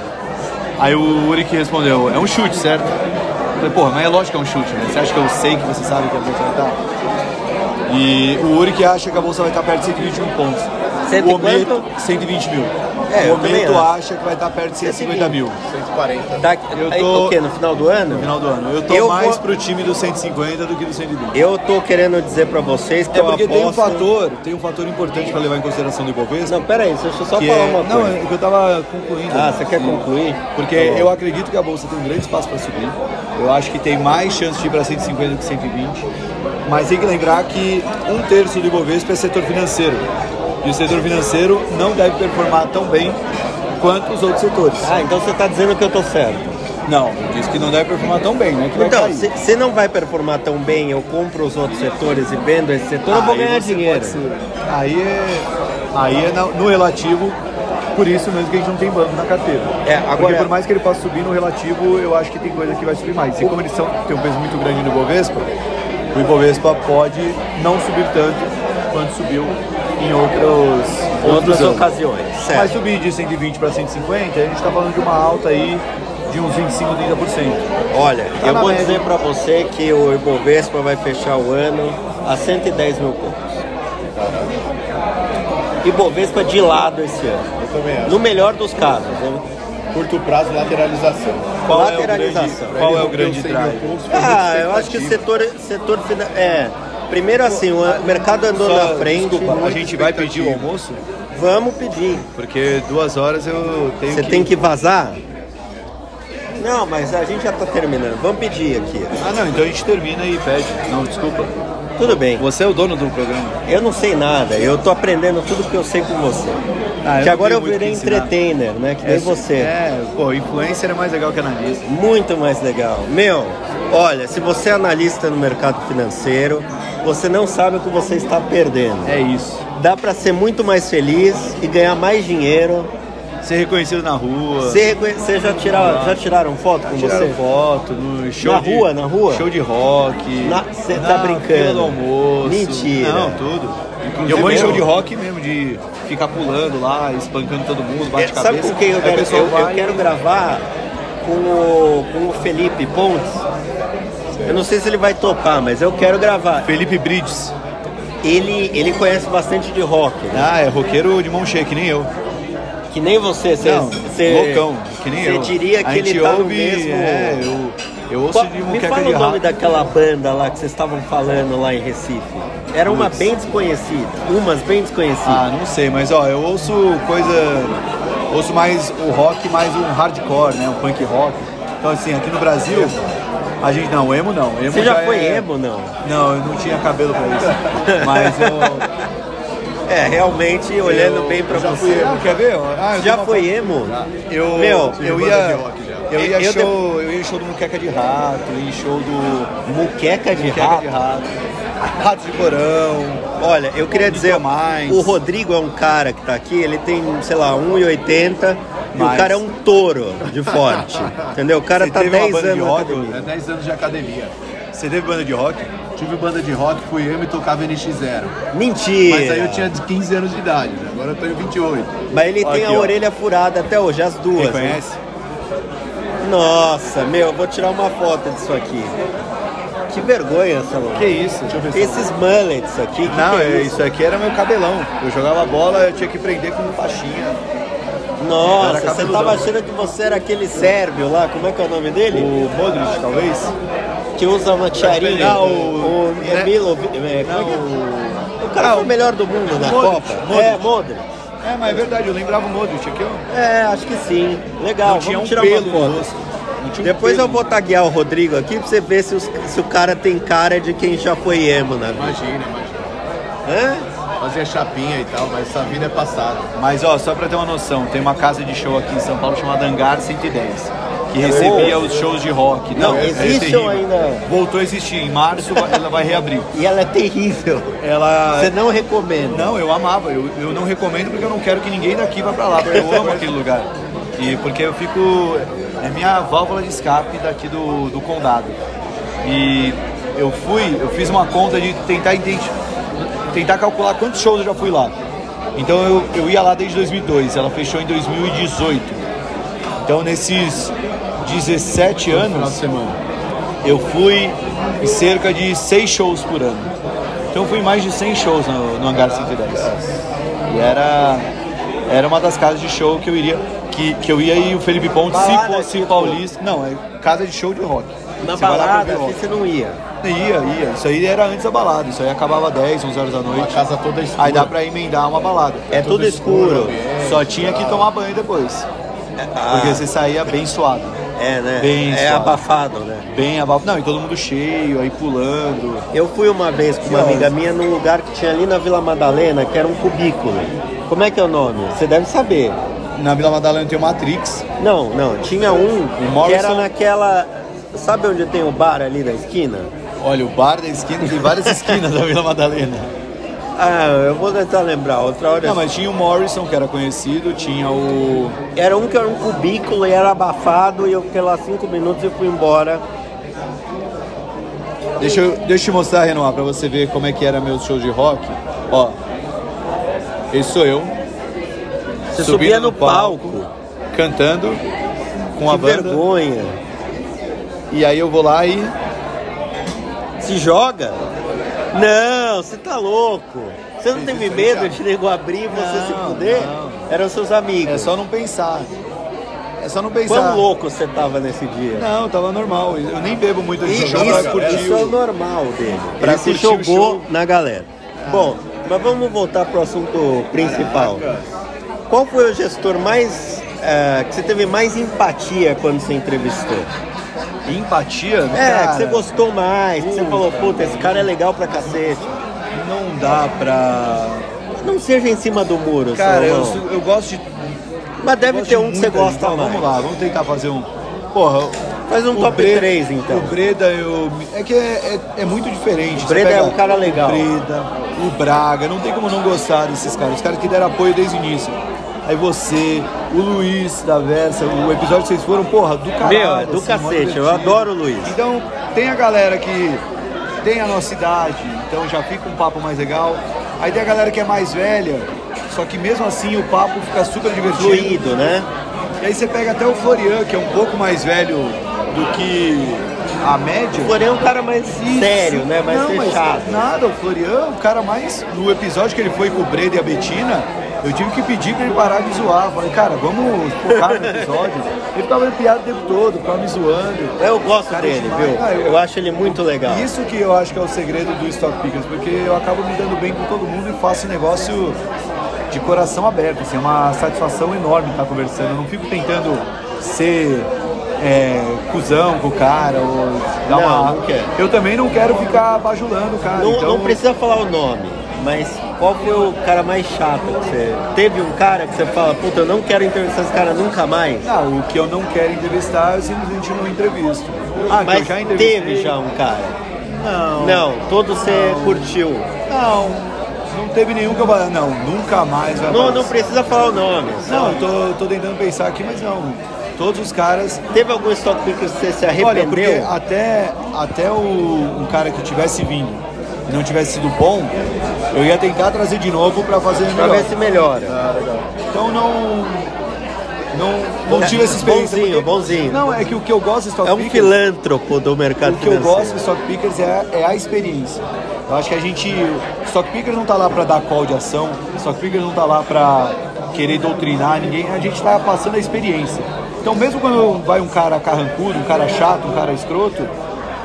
Aí o Uric respondeu, é um chute, certo? Eu Falei, porra, mas é lógico que é um chute, né? Você acha que eu sei que você sabe que a bolsa vai estar? E o Uric acha que a bolsa vai estar perto de 121 pontos. Cento e o Ometo, quanto? 120 mil. É, o eu também Ometo acho. acha que vai estar perto de 150 120. mil 140. Tá, Eu aí, tô- O quê? No final do ano? no final do ano. Eu tô Eu mais vou- pro time do 150 do que do 120. Eu tô querendo dizer para vocês que É eu porque aposto... tem um fator, tem um fator importante para levar em consideração do Ibovespa. Não, pera aí, deixa eu só que falar é... uma Não, coisa. é o que eu tava concluindo. Ah, você quer concluir? Tá Porque eu acredito que a bolsa tem um grande espaço para subir. Eu acho que tem mais chance de ir para 150 do que 120. Mas tem que lembrar que um terço do Ibovespa é setor financeiro. E o setor financeiro não deve performar tão bem quanto os outros setores. Ah, então você tá dizendo que eu tô certo. Não, diz que não deve performar tão bem, né? Que vai Então, cair. se, se não vai performar tão bem, eu compro os outros setores e vendo esse setor, eu vou Ah, Aí ganhar você dinheiro. pode ser- Aí é, aí é na- no relativo, por isso mesmo que a gente não tem banco na carteira. É, agora- Porque por mais que ele possa subir no relativo, eu acho que tem coisa que vai subir mais. E como eles são, tem um peso muito grande no Ibovespa, o Ibovespa pode não subir tanto quanto subiu em outros, Em outros É. outras anos. ocasiões. Mas Certo. subir de 120 para 150, a gente está falando de uma alta aí de uns 25, 30%. Olha, Tá eu na vou média. dizer pra você que o Ibovespa vai fechar o ano a 110 mil pontos. Ibovespa de lado esse ano. Eu também acho. No melhor dos casos. né? Curto prazo, lateralização. Lateralização. Qual é o Ele rompeu é grande 100 mil drive? pontos, foi Ah, muito eu acho que o expectativa. setor, setor fina- é. Primeiro assim, o an- mercado andou Só- na frente. desculpa, a gente vai pedir um. o expectativa. almoço? Vamos pedir. Porque duas horas eu tenho Você que... tem que vazar? Não, mas a gente já tá terminando. Vamos pedir aqui. Ah, não, então a gente termina e pede. Não, desculpa. Tudo bem. Você é o dono do programa. Eu não sei nada. Eu tô aprendendo tudo que eu sei com você. Ah, eu que não agora eu tenho muito virei o que ensinar. entertainer, né? Que nem você. É, pô, influencer é mais legal que analista. Muito mais legal. Meu, olha, se você é analista no mercado financeiro, você não sabe o que você está perdendo. É isso. Dá pra ser muito mais feliz e ganhar mais dinheiro. Ser reconhecido na rua. Você reconhe- você já, tira, já tiraram foto com Tirar você? foto, no show Na de- rua, na rua? Show de rock. Na- cê tá na brincando. fila do almoço. Mentira. Não, tudo. eu vou em eu- show de rock mesmo, de ficar pulando lá, espancando todo mundo, É, bate cabeça. sabe com quem eu Aí o quero? pessoal Eu, eu vai- quero gravar com o, com o Felipe Pontes. Eu não sei se ele vai topar, mas eu quero gravar. Felipe Bridges. Ele, ele conhece bastante de rock, né? Ah, é roqueiro de mão cheia, que nem eu. Que nem você, você. Não, você- loucão, que nem você eu. diria que A ele gente tá no ouve, mesmo- É, eu, eu ouço Qual- de Me moqueca fala de o nome é rato. daquela banda lá que vocês estavam falando lá em Recife. Era uma bem desconhecida. Umas bem desconhecidas. Ah, não sei, mas ó, eu ouço coisa... Ouço mais o rock, mais um hardcore, né? Um punk rock. Então assim, aqui no Brasil, A gente não, emo não. Emo Você já foi é- emo, não? Não, eu não tinha cabelo pra isso. Mas eu. É, realmente, olhando eu- bem pra eu já você. Fui emo. Quer ver? Ah, eu Já tenho uma foi emo? Eu, Meu, eu banda de ia. rock já. Eu ia, Eu show, eu ia em show do Muqueca de Rato, eu ia em show do Muqueca de Muqueca de rato. Rato, Ratos de Porão. Olha, eu queria dizer, mais. o Rodrigo é um cara que tá aqui, ele tem, sei lá, 1,80 e o Mais. cara é um touro de forte. entendeu? O cara Você tá teve uma 10 banda de anos. na rock, academia. É 10 anos de academia. Você teve banda de rock? Tive banda de rock, fui emo e tocava NX0. Mentira! Mas aí eu tinha de 15 anos de idade, né? agora eu tenho 28. Mas ele tem Aqui, a ó. orelha furada até hoje, as duas. né? Reconhece? Nossa, meu, eu vou tirar uma foto disso aqui. Que vergonha, Salomão. Que isso? Deixa eu ver. Esses mullets aqui, que Não, que é é- isso? isso aqui era meu cabelão. Eu jogava bola, eu tinha que prender com faixinha. Nossa, Era você cabeludão. tava achando que você era aquele sérvio lá, como é que é o nome dele? O Modric, talvez? Que usa uma tiarinha. Não, o- né? o é Milo, é, como é que Não. Ah, é? O cara foi o melhor do mundo na Modric, Copa. Modric. É, Modric. É, mas é verdade, eu lembrava o Modric aqui, ó. É, acho que sim. Legal, Não tinha vamos um tirar pelo uma no foto. rosto. Não tinha um Depois pelo eu vou taguear o Rodrigo aqui pra você ver se, os- se o cara tem cara de quem já foi emo na vida. Imagina, imagina. Hã? Fazia chapinha e tal, mas essa vida é passada. Mas ó, só pra ter uma noção, tem uma casa de show aqui em São Paulo chamada Hangar 110, que recebia os shows de rock. Não, é- é existe terrível. ou ainda? Voltou a existir, em março vai- ela vai reabrir. E ela é terrível. Ela. Você não recomenda. Não, eu amava, eu, eu não recomendo porque eu não quero que ninguém daqui vá pra lá, porque eu amo aquele lugar. E porque eu fico. É minha válvula de escape daqui do, do condado. E eu fui, eu fiz uma conta de tentar identificar. Tentar calcular quantos shows eu já fui lá. Então eu, eu ia lá desde 2002, ela fechou em 2018. Então nesses 17 Final anos, de semana. eu fui em cerca de 6 shows por ano. Então eu fui em mais de 100 shows no, no Hangar 110. E era, era uma das casas de show que eu iria. Que, que eu ia e o Felipe Ponte, se Balada, fosse tipo- paulista. Não, é casa de show de rock. Na Você vai lá pra balada, ouvir assim, rock. você não ia. Ia, ia. Isso aí era antes da balada. Isso aí acabava 10, 11 horas da Uma noite. casa toda escura. Aí dá pra emendar uma balada. É tudo escuro. Só tinha que tomar banho depois. Porque você saía bem suado. Ah, É, né? Bem é suave. abafado, né? Bem abafado. Não, e todo mundo cheio, aí pulando. Eu fui uma vez com uma amiga minha num lugar que tinha ali na Vila Madalena, que era um cubículo. Como é que é o nome? Você deve saber. Na Vila Madalena tem o Matrix. Não, não, tinha um que Morrison. era naquela. Sabe onde tem o bar ali da esquina? Olha, o bar da esquina tem várias esquinas da Vila Madalena. Ah, eu vou tentar lembrar, outra hora. eu Não, mas tinha o Morrison, que era conhecido, tinha o. Era um que era um cubículo e era abafado e eu fiquei lá cinco minutos e fui embora. Deixa eu, deixa eu te mostrar, Renoir, pra você ver como é que era meu show de rock. Ó. Esse sou eu. Você subindo subia no palco. Cantando com a Que banda. vergonha. E aí eu vou lá e. Se joga? Não, você tá louco. Você não teve medo de nego abrir e você se Não, fuder? não. Eram seus amigos. É só não pensar. É só não pensar. Quão louco você tava nesse dia? Não, tava normal. Eu nem bebo muito E de isso, show pra curtir. isso é o o- normal dele. Pra Ele se curtir o jogou show. Ah. na galera. Bom, mas vamos voltar pro assunto principal. Qual foi o gestor mais. eh, que você teve mais empatia quando você entrevistou? Empatia? É, cara, que você gostou mais, que você falou, puta, esse cara é legal pra cacete. Não dá pra. Não seja em cima do muro, Cara, eu, Salomão. sou- eu gosto de Mas deve Gosto ter um que muito você da gente. gosta Então, mais. Vamos lá, vamos tentar fazer um. Porra, Faz um o top Breda- três, então. O Breda, eu. É que é, é- é muito diferente. Você Breda é pega um cara legal. O Breda, o Braga, não tem como não gostar desses caras. Os caras que deram apoio desde o início. Aí você, o Luiz da Versa, o episódio que vocês foram, porra, do caralho. Meu, é do assim, mó cacete, eu divertido. adoro o Luiz. Então, tem a galera que tem a nossa idade, então já fica um papo mais legal. Aí tem a galera que é mais velha, só que mesmo assim o papo fica super divertido. Fluido, né? E aí você pega até o Florian, que é um pouco mais velho do que a média. Porém, é um cara mais sério, né? Mais Não, mas fechado. nada, o Florian, é o cara mais. No episódio que ele foi com o Breda e a Betina, eu tive que pedir pra ele parar de zoar. Eu Falei, cara, vamos focar no episódio. Ele ficava me piada o tempo todo, ficava me zoando. Eu gosto Cara, dele, demais. viu? Ah, eu, eu- acho ele muito legal. Isso que eu acho que é o segredo do Stock Pickers, porque eu acabo me dando bem com todo mundo e faço um negócio de coração aberto. Assim, é uma satisfação enorme estar conversando. Eu não fico tentando ser é, cuzão com o cara, ou dar Não, uma. não quero. Eu também não quero ficar bajulando o cara. Não, então, não precisa falar o nome, mas qual foi o cara mais chato que você. Teve um cara que você fala, puta, eu não quero entrevistar esse cara nunca mais. Ah, o que eu não quero entrevistar, eu simplesmente não entrevisto. Ah, que eu mas já entrevistei. teve já um cara. Não. Não, todo você curtiu. Não. Não teve nenhum que eu falei, não, nunca mais vai Não, aparecer. não precisa falar o nome. Não, eu tô, eu tô tentando pensar aqui, mas não. Todos os caras. Teve algum stock pick que você se Olha, porque arrependeu? até, até o, um cara que tivesse vindo e não tivesse sido bom, eu ia tentar trazer de novo pra fazer pra melhor. ver se melhora. Então não. Não, não tive essa experiência. Bonzinho, bonzinho. Não, é que o que eu gosto de Stock É um Pickers- filântropo do mercado O que eu financeiro. gosto do Stock Pickers é, é a experiência. Eu acho que a gente. o Stock Pickers não tá lá pra dar call de ação, o Stock Pickers não tá lá pra querer doutrinar ninguém, a gente tá passando a experiência. Então, mesmo quando vai um cara carrancudo, um cara chato, um cara escroto,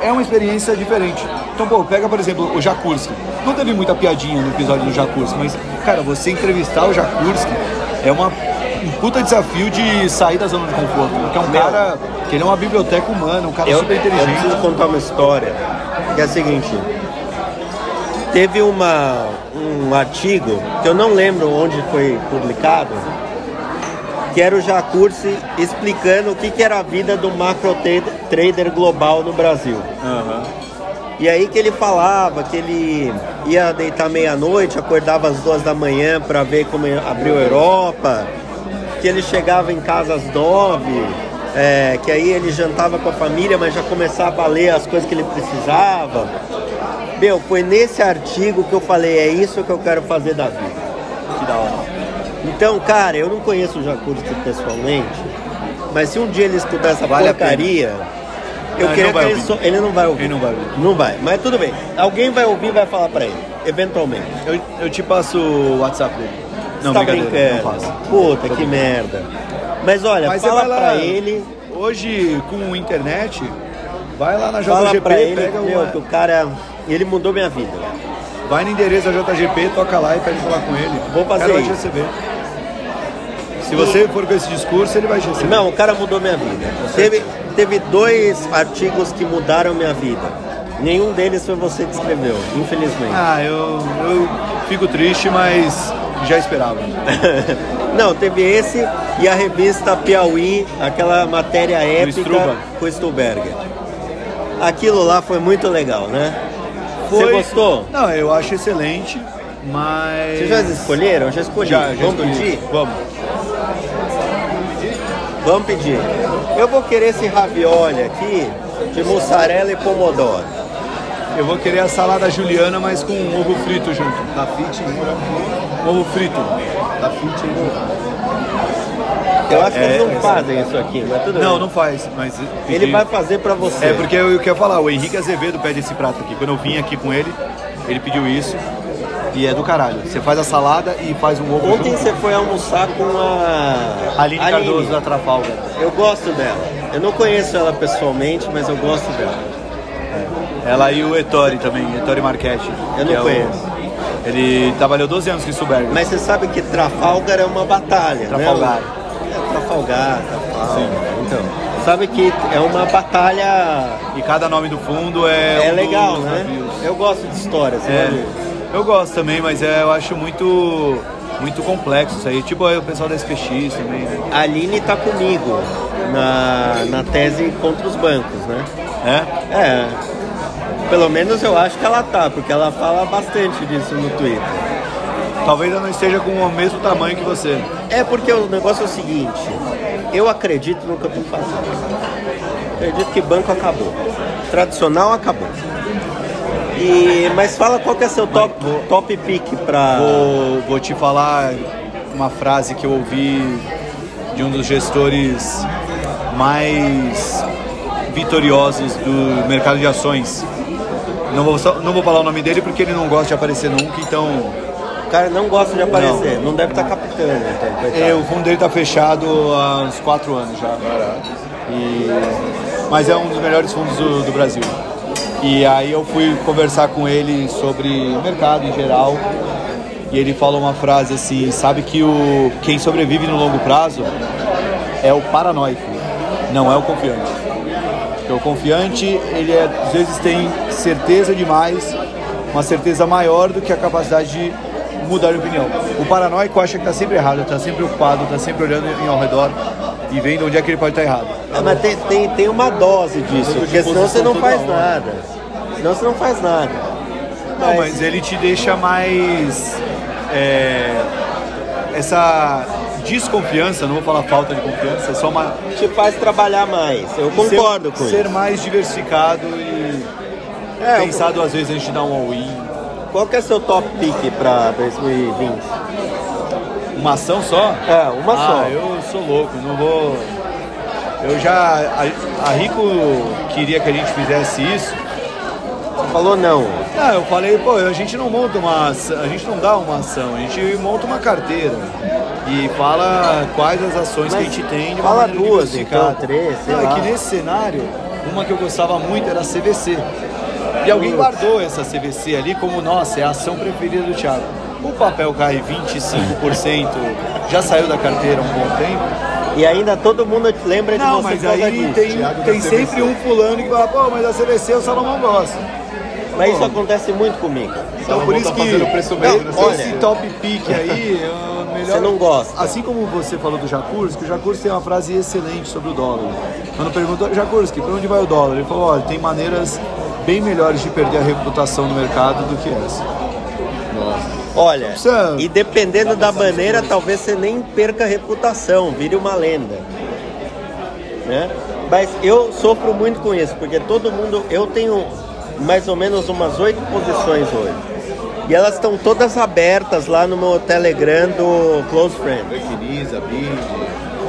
é uma experiência diferente. Então, pô, pega por exemplo o Jakurski. Não teve muita piadinha no episódio do Jakurski, mas, cara, você entrevistar o Jakurski é uma, um puta desafio de sair da zona de conforto. Porque é um Meu. cara que ele é uma biblioteca humana, um cara Eu, super eu inteligente. preciso contar uma história que é a seguinte. Teve uma, um artigo que eu não lembro onde foi publicado, que era o Jacursi explicando o que, que era a vida do macro tra- trader global no Brasil. E aí que ele falava que ele ia deitar meia-noite, acordava às duas da manhã para ver como abriu a Europa, que ele chegava em casa às nove, é, que aí ele jantava com a família, mas já começava a ler as coisas que ele precisava. Meu, foi nesse artigo que eu falei, é isso que eu quero fazer da vida. Que da hora. Então, cara, eu não conheço o Jacurski pessoalmente, mas se um dia ele escutar essa Vale a porcaria, eu Não, ele queria não vai que ele, ouvir. só- ele não vai ouvir. Ele não vai ouvir. Não vai, mas tudo bem. Alguém vai ouvir e vai falar pra ele, eventualmente. Eu, eu te passo o WhatsApp dele. Não, Você tá brincadeira, brincando. não faço. Puta, que merda. Mas olha, Mas fala você vai lá, pra ele, Hoje, com internet, vai lá na fala JGP, pra ele, pega um meu, uma, que o cara, ele mudou minha vida. vai no endereço da JGP, toca lá e pede pra falar com ele. Vou fazer O cara vai te isso. receber. Se você for com esse discurso, ele vai te receber. Não, o cara mudou minha vida. Teve, teve dois artigos que mudaram minha vida. Nenhum deles foi você que escreveu, infelizmente. Ah, eu, eu fico triste, mas já esperava. Não, teve esse e a revista Piauí, aquela matéria épica Struba. com o Stuberger. Aquilo lá foi muito legal, né? Você Foi- gostou? Não, eu acho excelente, mas... Vocês já escolheram? Já escolhi. Já, já Vamos escolhi. pedir? Vamos. Vamos pedir. Eu vou querer esse ravioli aqui de mussarela e pomodoro. Eu vou querer a salada juliana, mas com um ovo frito junto. Tá Da Fit né? Moura. Ovo frito. Da Fit Moura. Eu acho que É, eles não é, fazem isso aqui, mas tudo Não, bem. não faz, mas. Ele vai fazer pra você. É porque eu, eu quero falar, o Henrique Azevedo pede esse prato aqui. Quando eu vim aqui com ele, ele pediu isso. E é do caralho. Você faz a salada e faz um ovo Ontem junto. você foi almoçar com a Aline Cardoso da Trafalgar. Eu gosto dela. Eu não conheço ela pessoalmente, mas eu gosto dela. Ela e o Ettore também, Ettore Marchetti. Eu não que é o- conheço. Ele trabalhou 12 anos com o Suberg. Mas você sabe que Trafalgar é uma batalha, Trafalgar. né? É, Trafalgar, Trafalgar. Então, sabe que é uma batalha... E cada nome do fundo é. um É dos legal, né? navios. Eu gosto de histórias, É, né? eu gosto também, mas é, eu acho muito, muito complexo isso aí. Tipo aí o pessoal da SPX também, né? A Aline tá comigo na, na tese contra os bancos, né? É? É. Pelo menos eu acho que ela tá, porque ela fala bastante disso no Twitter. Talvez eu não esteja com o mesmo tamanho que você. É porque o negócio é o seguinte, eu acredito no que eu tô fazendo. Acredito que banco acabou. Tradicional acabou. E, mas fala qual que é seu top, top pick pra. Vou, vou te falar uma frase que eu ouvi de um dos gestores mais vitoriosos do mercado de ações. Não vou, só- não vou falar o nome dele porque ele não gosta de aparecer nunca, então O cara não gosta de aparecer, não, deve estar captando. Então, coitado. É, o fundo dele tá fechado há uns 4 anos já. E- Mas é um dos melhores fundos do, do Brasil. E aí eu fui conversar com ele sobre o mercado em geral. E ele falou uma frase assim, sabe que o quem sobrevive no longo prazo é o paranoico. não é o confiante. Porque É o confiante, ele é- às vezes tem certeza demais, uma certeza maior do que a capacidade de mudar de opinião. O paranoico acha que está sempre errado, está sempre ocupado, está sempre olhando em ao redor e vendo onde é que ele pode estar errado. É, mas tem, tem, tem uma dose disso, porque senão você não faz nada. Senão você não faz nada. Não, mas ele te deixa mais. é, essa desconfiança, não vou falar falta de confiança, é só uma. te faz trabalhar mais. Eu ser- concordo com Ser isso. mais diversificado e É, pensado às vezes a gente dá um all-in. Qual que é seu top pick pra 2020? Uma ação só? É, uma ah, só. eu sou louco, não vou. Eu já. A, a Rico queria que a gente fizesse isso. Falou não. Ah, eu falei, pô, a gente não monta uma ação, a gente não dá uma ação, a gente monta uma carteira e fala quais as ações que a Mas gente tem de uma fala maneira duas, diversificada. então, três, sei Não, lá. é que nesse cenário, uma que eu gostava muito era a CVC. E alguém guardou essa CVC ali como, nossa, é a ação preferida do Thiago. O papel cai 25%, já saiu da carteira há um bom tempo. E ainda todo mundo te lembra de você Não, mas por causa aí disso. tem, Thiago da tem CVC. sempre um fulano que fala, pô, mas a CVC o Salomão gosta. Mas Pô. isso acontece muito comigo. Então Salomão por isso tá que fazendo preço médio, Não, né? esse Olha. top pick aí, é o melhor. Você não gosta. Assim como você falou do Jacurski, que o Jacurski tem uma frase excelente sobre o dólar. Quando perguntou, Jacurski, para onde vai o dólar? Ele falou, olha, tem maneiras bem melhores de perder a reputação no mercado do que essa. Olha, precisa- e dependendo da maneira, talvez você nem perca a reputação, vire uma lenda. Né? Mas eu sofro muito com isso, porque todo mundo. Eu tenho mais ou menos umas oito posições hoje. E elas estão todas abertas lá no meu Telegram do Close Friends. Tranquiliza, bid.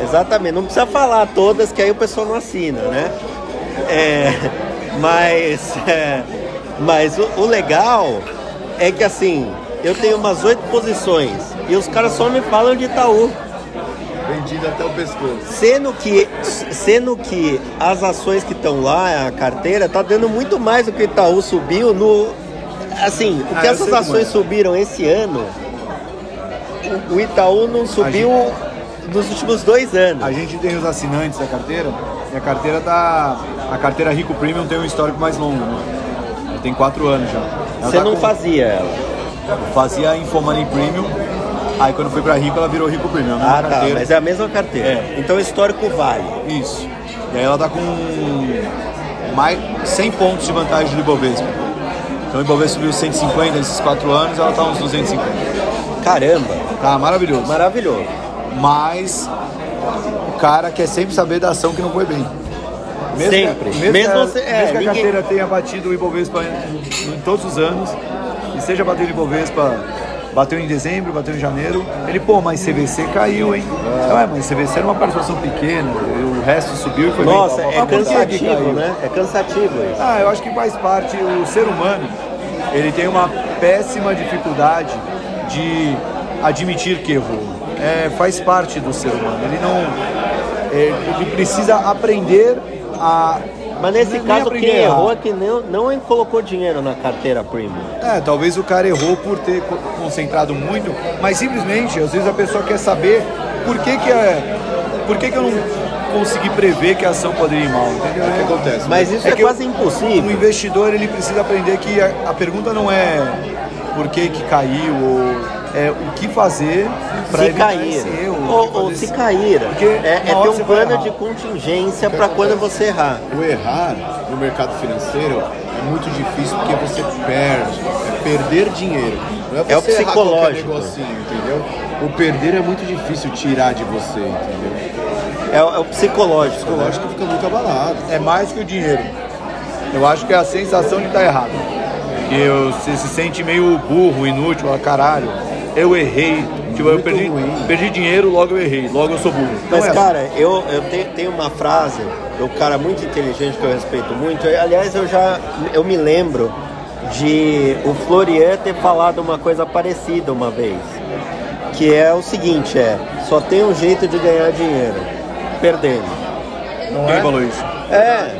Exatamente, não precisa falar todas que aí o pessoal não assina, né? É, mas é, mas o, o legal é que assim, eu tenho umas oito posições e os caras só me falam de Itaú, Vendido até o pescoço. sendo que sendo que as ações que estão lá, a carteira tá dando muito mais do que o Itaú subiu no assim, o que Ah, eu sei essas como ações é. subiram esse ano, o, o Itaú não subiu nos últimos dois anos. A gente tem os assinantes da carteira e a carteira da a carteira Rico Premium tem um histórico mais longo, né? Tem quatro anos já. Ela Você tá não com- fazia ela. fazia a Infomoney Premium. Aí quando foi pra Rico ela virou Rico Premium, né? Ah, tá, mas é a mesma carteira. É. Então o histórico vale. Isso. E aí ela tá com mais 100 pontos de vantagem do Ibovespa. Então o Ibovespa subiu 150 nesses 4 anos, ela tá uns 250. Caramba, Tá maravilhoso. maravilhoso. Mas o cara quer sempre saber da ação que não foi bem. Sempre. Que, mesmo, Mesmo que a, você- é, mesmo que a ninguém- carteira tenha batido o Ibovespa é, em, em todos os anos, e seja batendo o Ibovespa, bateu em dezembro, bateu em janeiro, ele, pô, mas CVC caiu, hein? É. Ah, mas CVC era uma participação pequena, e o resto subiu e foi bem. Nossa, Mas é Ah, por que que cansativo, caiu? né? É cansativo isso. Ah, eu acho que faz parte. O ser humano, ele tem uma péssima dificuldade de admitir que errou. É, faz parte do ser humano. Ele não. é, ele precisa aprender a. Mas nesse nem caso, aprender quem a errar. errou é que não, não colocou dinheiro na carteira premium. É, talvez o cara errou por ter co- concentrado muito, mas simplesmente, às vezes a pessoa quer saber por que que é. Por que que eu não consegui prever que a ação poderia ir mal, entendeu? O que acontece? Mas isso é, É que eu- quase O impossível. investidor ele precisa aprender que a, a pergunta não é por que, que caiu ou é o que fazer para Se evitar cair. esse erro. Ou, pra ou fazer se esse- cair. Porque É, é uma hora ter você um vai plano errar. de contingência para quando você errar. O errar no mercado financeiro é muito difícil porque você perde, é perder dinheiro. Não É o você errar qualquer psicológico. negocinho, entendeu? O perder é muito difícil tirar de você, entendeu? É, o- é o psicológico. O né? lógico fica muito abalado. É mais que o dinheiro. Eu acho que é a sensação de estar errado. Que eu- você se sente meio burro, inútil, ah, caralho. Eu errei. Tipo, eu Muito perdi, ruim. perdi dinheiro, logo eu errei. Logo eu sou burro. Não Mas, é cara, eu, eu te- tenho, uma frase do cara muito inteligente que eu respeito muito. Eu- aliás, eu já eu me lembro de o Florian ter falado uma coisa parecida uma vez. Que é o seguinte, é... Só tem um jeito de ganhar dinheiro. Perdendo. assim. Quem falou isso? É.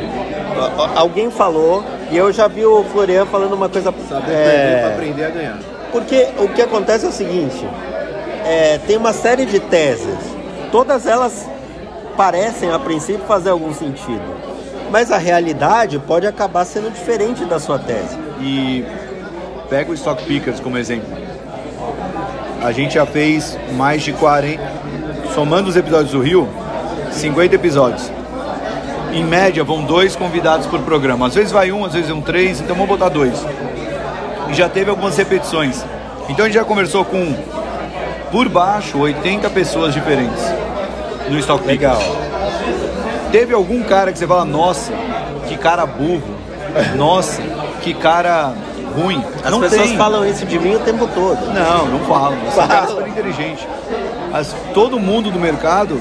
a- a- Alguém falou... E eu já vi o Florian falando uma coisa... Saber é, perder Tá pra aprender a ganhar. porque o é, que acontece é o seguinte: é, tem uma série de teses, todas elas parecem a princípio fazer algum sentido, mas a realidade pode acabar sendo diferente da sua tese. E pega o Stock Pickers como exemplo. A gente já fez mais de 40, somando os episódios do Rio, 50 episódios. Em média, vão dois convidados por programa. Às vezes vai um, às vezes vão três, então vamos botar dois. E já teve algumas repetições. Então a gente já conversou com, por baixo, 80 pessoas diferentes no Stock Pickers. Legal. Teve algum cara que você fala, nossa, que cara burro, nossa, que cara ruim. As não pessoas tem. falam isso de mim o tempo todo. Não, não falam. Esse cara é Falam. super inteligente. As- todo mundo do mercado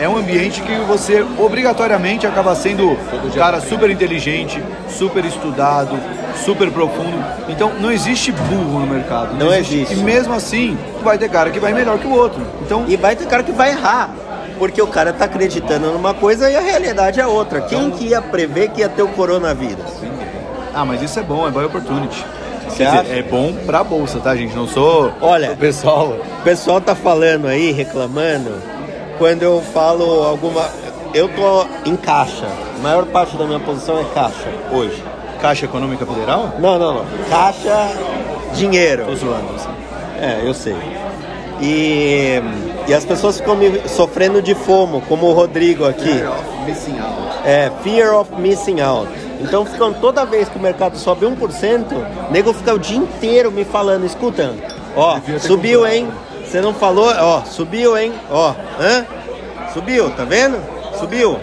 é um ambiente que você obrigatoriamente acaba sendo um cara super inteligente, super estudado, super profundo. Então não existe burro no mercado. Não existe. E mesmo assim, vai ter cara que vai melhor que o outro. Então E vai ter cara que vai errar, porque o cara tá acreditando numa coisa e a realidade é outra. Quem que ia prever que ia ter o coronavírus? Ah, mas isso é bom, é buy opportunity. Você Quer acha? dizer, é bom pra bolsa, tá, gente? Não sou Olha, o pessoal. O pessoal tá falando aí, reclamando, quando eu falo alguma. Eu tô em caixa. A maior parte da minha posição é caixa hoje. Caixa Econômica Federal? Não, não, não. Caixa, dinheiro. Tô zoando. assim. É, eu sei. E, e as pessoas ficam me sofrendo de fomo, como o Rodrigo aqui. Missing out. É, fear of missing out. Então ficam toda vez que o mercado sobe 1%, o nego fica o dia inteiro me falando, escuta, ó, subiu, hein? Você não falou, ó, subiu, hein? Ó, hã? Subiu, tá vendo? Subiu.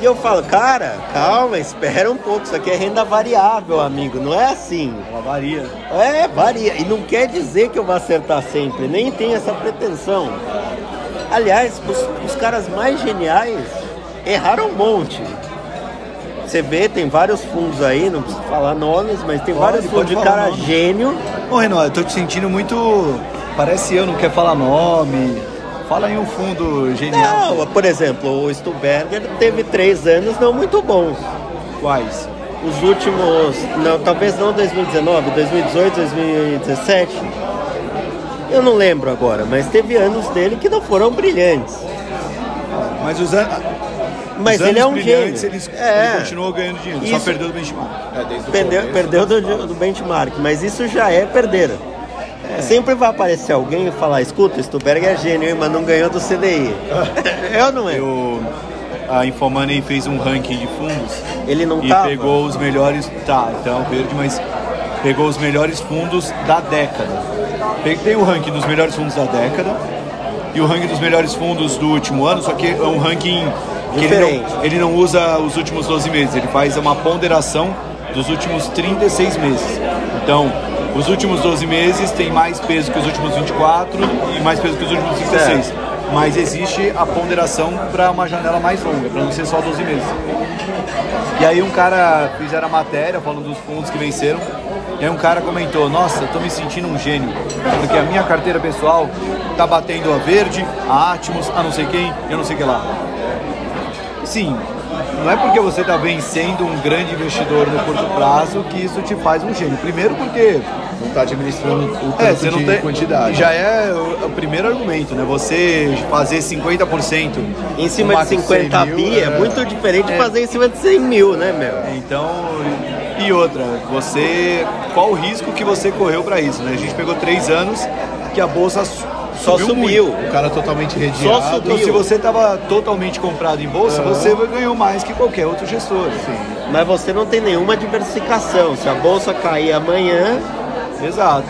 E eu falo, cara, calma, espera um pouco, isso aqui é renda variável, amigo, não é assim. Ela varia. É, varia. E não quer dizer que eu vou acertar sempre, nem tem essa pretensão. Aliás, os, os caras mais geniais erraram um monte. Você vê, tem vários fundos aí, não preciso falar nomes, mas tem Pode, vários fundos pode de falar cara nome. gênio. Ô Renan, eu tô te sentindo muito. Parece eu, não quer falar nome. Fala aí um fundo genial. Não, por exemplo, o Stuberger teve três anos não muito bons. Quais? Os últimos, não, talvez não 2019, 2018, 2017. Eu não lembro agora, mas teve anos dele que não foram brilhantes. Mas os, an... Mas os ele é anos um brilhantes, gênio. Eles... É. Ele continuou ganhando dinheiro, Isso. só perdeu do benchmark. É, desde o Perdeu, começo. perdeu do, do benchmark, mas isso já é perder. É. Sempre vai aparecer alguém e falar, escuta, o Stuberg é gênio, hein, mas não ganhou do CDI. Eu não é. Eu... A Infomoney fez um ranking de fundos Ele não e tava. pegou os melhores. Tá, então verde, mas pegou os melhores fundos da década. Pe- Tem o ranking dos melhores fundos da década e o ranking dos melhores fundos do último ano, só que é um ranking que ele Diferente. não, ele não usa os últimos 12 meses, ele faz uma ponderação dos últimos 36 meses. Então, os últimos 12 meses tem mais peso que os últimos 24 e mais peso que os últimos 36. Mas existe a ponderação para uma janela mais longa, para não ser só 12 meses. E aí um cara fizeram a matéria falando dos fundos que venceram. E aí um cara comentou, nossa, tô me sentindo um gênio, porque a minha carteira pessoal tá batendo a verde, a Atmos, a não sei quem, eu não sei o que lá. Sim, não é porque você tá vencendo um grande investidor no curto prazo que isso te faz um gênio. Primeiro porque Não está administrando o tanto é, você não de tem quantidade. Já é o, o primeiro argumento, né? Você fazer 50% Em cima de 50 mil, bi é, muito diferente de fazer em cima de 100 mil, né, meu? Então, e outra, você. Qual o risco que você correu pra isso, né? A gente pegou três anos que a bolsa su- Só subiu. muito. O cara totalmente Só redeado. subiu. Se você tava totalmente comprado em bolsa, você ganhou mais que qualquer outro gestor. Sim. Mas você não tem nenhuma diversificação. Se a bolsa cair amanhã, Tá Exato.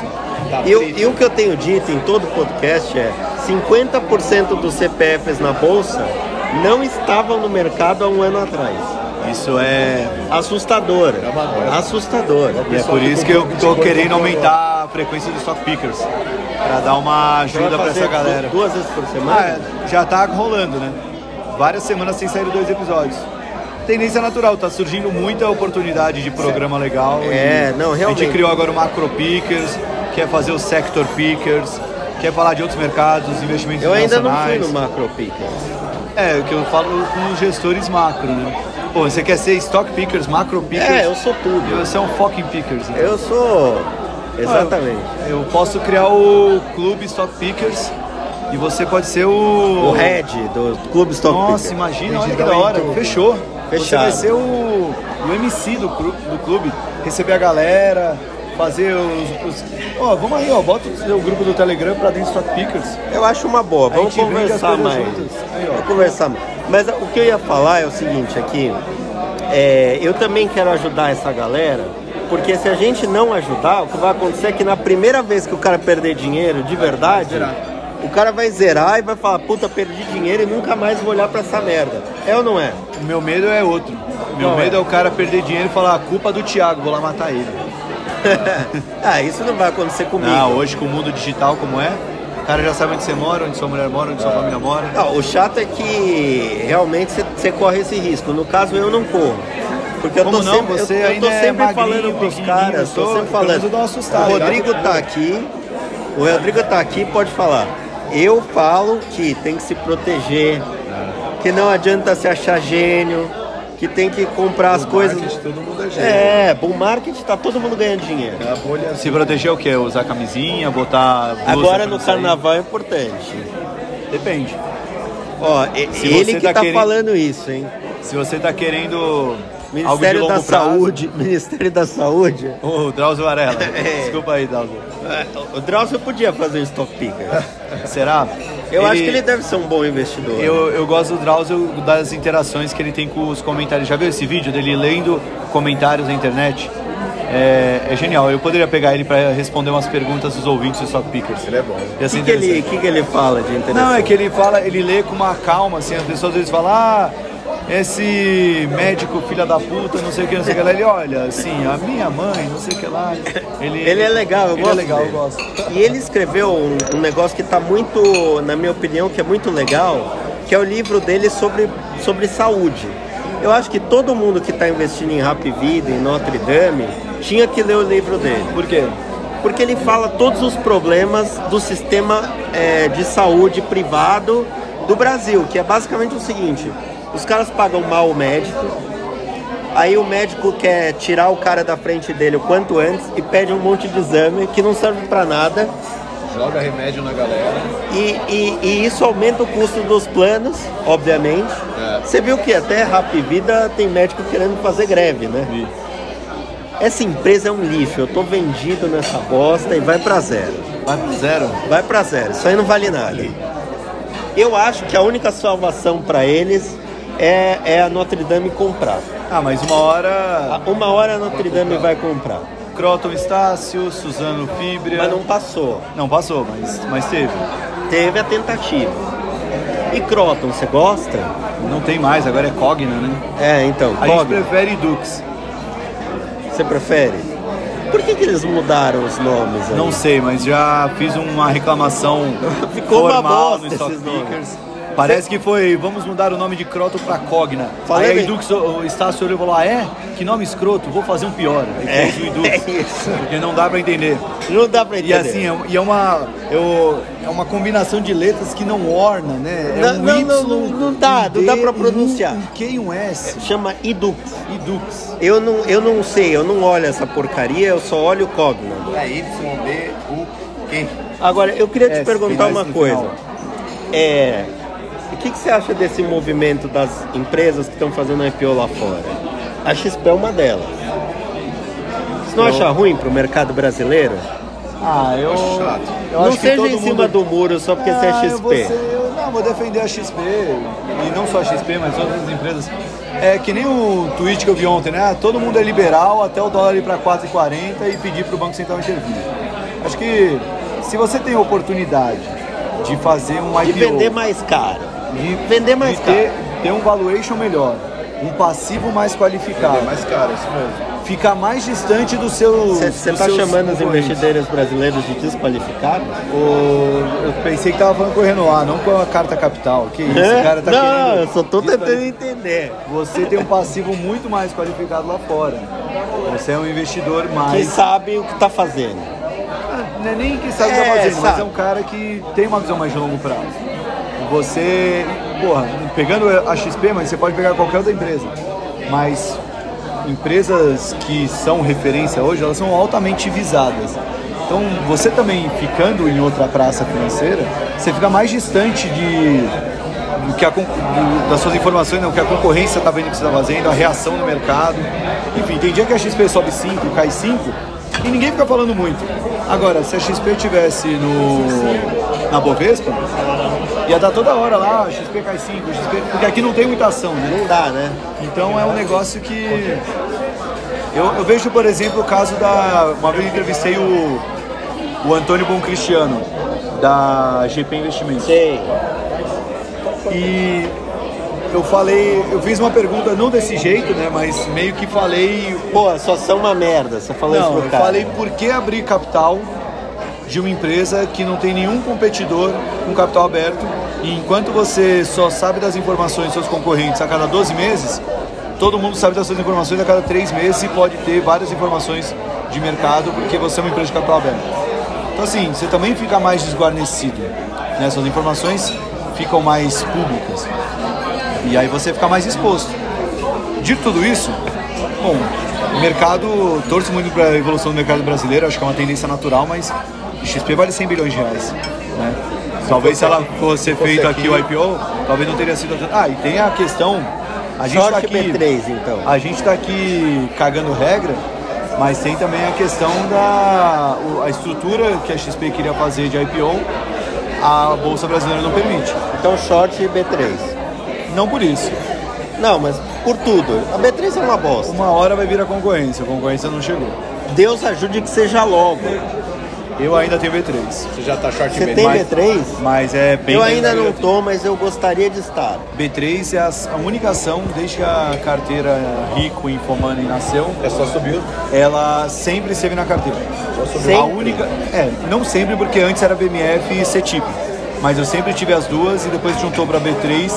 E, o- e o que eu tenho dito em todo podcast é 50% dos CPFs na Bolsa não estavam no mercado há um ano atrás. Isso é. Assustador. Assustador. E é por isso que eu tô querendo aumentar a frequência dos stock pickers. Pra dar uma ajuda pra essa galera. Duas vezes por semana? Ah, é, já tá rolando, né? Várias semanas sem sair dois episódios. Tendência natural, tá surgindo muita oportunidade de programa legal. É, e não, A realmente. gente criou agora o Macro Pickers, quer fazer o Sector Pickers, quer falar de outros mercados, investimentos eu ainda não fui internacionais. no Macro Pickers. É, o que eu falo com os gestores macro, né? Pô, você quer ser Stock Pickers, Macro Pickers? É, eu sou E tudo. você é um fucking Pickers. né? Eu sou. Exatamente. Eu posso criar o clube Stock Pickers E você pode ser o. O head do Clube Stock Nossa, Picker. imagina, olha que Digital da hora. Youtuber. Fechou. Você Fechado. vai ser o, o MC do, cru- do clube, receber a galera, fazer os. os- Ó, vamos aí, ó, bota o grupo do Telegram pra dentro do Stock Pickers. Eu acho uma boa, vamos gente vende as conversar coisas mais. juntas. Aí, ó. Vamos conversar mais. Mas o que eu ia falar é o seguinte aqui. é, eu também quero ajudar essa galera, porque se a gente não ajudar, o que vai acontecer é que na primeira vez que o cara perder dinheiro, de verdade, o cara vai zerar e vai falar, puta, perdi dinheiro e nunca mais vou olhar pra essa merda. É ou não é? O meu medo é outro. Meu Qual é? medo é. o cara perder dinheiro e falar, a culpa é do Thiago, vou lá matar ele. ah, isso não vai acontecer comigo. Não, hoje com o mundo digital como é, o cara já sabe onde você mora, onde sua mulher mora, onde É. sua família mora. Não, o chato é que realmente você- você corre esse risco. No caso, eu não corro. Porque eu Como tô não? sempre, eu- Você eu, ainda tô é sempre magrinho, falando pros pequenininho, caras, eu tô tô- sempre pelo menos falando. eu dou uma assustada. O Rodrigo tá aqui, o Rodrigo tá aqui, pode falar. Eu falo que tem que se proteger, que não adianta se achar gênio, que tem que comprar as coisas. Marketing, todo mundo é gente. É, bull market tá todo mundo ganhando dinheiro. A bolha assim, Se proteger é o quê? Usar camisinha, botar. blusa Agora pra no não sair? carnaval é importante. Depende. Ó, e- Se ele você que tá tá querendo- falando isso, hein? Se você tá querendo algo de Ministério longo da prazo- Saúde, Ministério da Saúde. Ô, Drauzio Varela. É. Desculpa aí, Drauzio. O Drauzio podia fazer o stock picker. Será? Eu acho que ele deve ser um bom investidor. Eu, eu gosto do Drauzio das interações que ele tem com os comentários. Já viu esse vídeo dele lendo comentários na internet? É, é genial. Eu poderia pegar ele pra responder umas perguntas dos ouvintes do Stock Pickers. Ele é bom. Ia O ser que, que ele, interessante. que, que ele fala de interessante? Não, é que ele fala, ele lê com uma calma, assim, as pessoas às vezes falam, ah, esse médico filha da puta, não sei o que, não sei o que lá. Ele olha, assim, a minha mãe, não sei o que lá. Ele, Ele é legal, eu ele gosto. é legal, dele. eu gosto. E ele escreveu um, um negócio que tá muito, na minha opinião, que é muito legal, que é o livro dele sobre, sobre saúde. Eu acho que todo mundo que está investindo em Rap Vida, em Notre Dame, tinha que ler o livro dele. Por quê? porque ele fala todos os problemas do sistema eh, de saúde privado do Brasil, que é basicamente o seguinte: os caras pagam mal o médico, aí o médico quer tirar o cara da frente dele o quanto antes e pede um monte de exame que não serve pra nada. joga remédio na galera. E, e- e isso aumenta o custo dos planos, obviamente. É. Você viu que até Rap Vida tem médico querendo fazer greve, né? Essa empresa é um lixo, eu tô vendido nessa bosta e vai pra zero. Vai pro zero. Vai pra zero, isso aí não vale nada. Eu acho que a única salvação pra eles é, é a Notre Dame comprar. Ah, mas uma hora, Uma hora a Notre Dame vai comprar. Croton Estácio, Suzano Fibria... Mas não passou. Não, passou, mas, mas teve. Teve a tentativa. E Croton, você gosta? Não tem mais, agora é Cogna, né? É, então. A Cogna, gente prefere Dux. você prefere? Por que, que eles mudaram os nomes aí? Não sei, mas já fiz uma reclamação Ficou uma formal bosta no Stock esses nomes. Pickers. Parece que foi, vamos mudar o nome de Croto pra Cogna. Falei aí bem. o Idux, o o Estácio olhou e falou, ah é? Que nome escroto, vou fazer um pior. Aí É, fez o Idux, é isso. porque não dá pra entender. Não dá pra E entender. assim, é, um- e é uma, eu- é uma combinação de letras que não orna, né? É Não- um não- Y, não- não- não dá, um não dá D, pra um U, pronunciar. Um Q e um S. Chama Idu. Idux. Eu não, eu não sei, eu não olho essa porcaria, eu só olho o Cogna. É Y, B, U, Q. Agora, eu queria te É, perguntar finais uma no coisa. final. É, o que, que você acha desse movimento das empresas que estão fazendo um IPO lá fora? A XP é uma delas. Você não acha ruim para o mercado brasileiro? Ah, eu... Chato. eu não acho que seja todo em mundo- cima do muro só porque você é Ah, eu vou XP. ser- eu- não, vou defender a XP, e não só a XP, mas outras empresas. É que nem o tweet que eu vi ontem, né? Ah, Todo mundo é liberal até o dólar ir para 4,40 e pedir para o Banco Central intervir. Acho que se você tem a oportunidade de fazer um De IPO... vender mais caro. de vender mais de ter, ter um valuation melhor, um passivo mais qualificado, É mais caro, isso mesmo. ficar mais distante do seu... Você está tá chamando os investidores brasileiros de desqualificados? Eu pensei que tava falando com o Renoir, não com a carta capital. Que isso, o cara tá É? não, querendo. eu só tô Isso aí. tentando entender. Você tem um passivo muito mais qualificado lá fora. Você é um investidor Quem mais. sabe o que está fazendo. Não é nem quem sabe o que É, tá fazendo, mas sabe. é um cara que tem uma visão mais de longo prazo. Você. Porra, pegando a XP, mas você pode pegar qualquer outra empresa. Mas empresas que são referência hoje, elas são altamente visadas. Então, você também ficando em outra praça financeira, você fica mais distante de, do que a con- do- das suas informações, né? o que a concorrência está vendo que você está fazendo, a reação do mercado. Enfim, tem dia que a XP sobe 5, cai 5, e ninguém fica falando muito. Agora, se a XP tivesse no, na Bovespa, ia dar toda hora lá, XP cai 5, XP... Porque aqui não tem muita ação, né? Não dá, né? Então é um negócio que. Eu, eu vejo, por exemplo, o caso da. Uma vez eu entrevistei o, o Antônio Bom Cristiano, da GP Investimentos. Sei. E eu falei, eu fiz uma pergunta não desse jeito, né? Mas meio que falei. Pô, só são uma merda. Você falou isso Não, pro eu cara. falei por que abrir capital de uma empresa que não tem nenhum competidor com capital aberto. E enquanto você só sabe das informações dos seus concorrentes a cada 12 meses, todo mundo sabe das suas informações a cada 3 meses e pode ter várias informações de mercado porque você é uma empresa de capital aberto. Então assim, você também fica mais desguarnecido. Né? Suas informações ficam mais públicas. E aí você fica mais exposto. Dito tudo isso, bom, o mercado, torço muito para a evolução do mercado brasileiro, acho que é uma tendência natural, mas XP vale 100 bilhões de reais. Né? Talvez se ela fosse feito aqui o IPO, talvez não teria sido. tanto. Ah, e tem a questão. A gente Só está que aqui, B3, então. a gente tá aqui cagando regra, mas tem também a questão da o- a estrutura que a XP queria fazer de IPO, a Bolsa Brasileira não permite. Então, short e B3. Não por isso. Não, mas por tudo. A B3 é uma bosta. Uma hora vai vir a concorrência, a concorrência não chegou. Deus ajude que seja logo. Eu ainda tenho B3. Você já tá short Você bem. tem Mas B3? Mas é bem. Eu mais ainda não barato. tô, mas eu gostaria de estar. B3 é as- a única ação, desde que a carteira Rico e Infomoney nasceu, É só subir. ela sempre esteve na carteira. Sempre? A única. É, não sempre, porque antes era BMF e CETIP. Mas eu sempre tive as duas e depois juntou pra B3.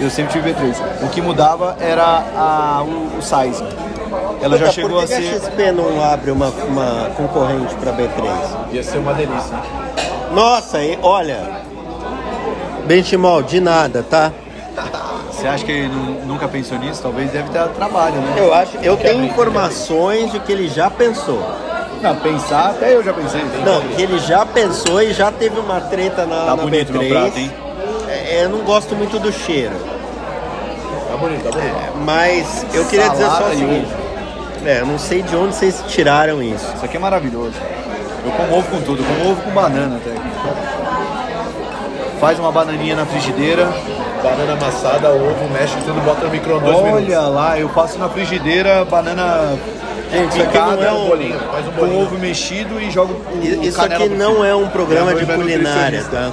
Eu sempre tive B3. O que mudava era a- o, o size. Ela já Puta, chegou por a que que ser. a XP não abre uma, uma concorrente para B3? Ia ser uma delícia. Nossa, e olha. Benchimol, de nada, tá? Você acha que ele nu- nunca pensou nisso? Talvez deve ter trabalho, né? Eu acho, eu tenho informações de que ele já pensou. Não, pensar, até eu já pensei. Não, que ele já pensou e já teve uma treta na, Tá na bonito B3. meu prato, hein? É, eu não gosto muito do cheiro, Tá bonito, tá bonito. mas eu queria dizer só Salada o e seguinte. É, eu não sei de onde vocês tiraram isso. Isso aqui é maravilhoso. Eu como ovo com tudo, eu como ovo com banana até. Faz uma bananinha na frigideira. Banana amassada, ovo, mexe tudo, bota no micro-ondas dois minutos. Olha lá, eu faço na frigideira, banana Gente, isso aqui não picada, é um, bolinho, faz um com bolinho. ovo mexido e jogo o isso canela aqui por não cima. é um programa de Minha mãe vai culinária, tá?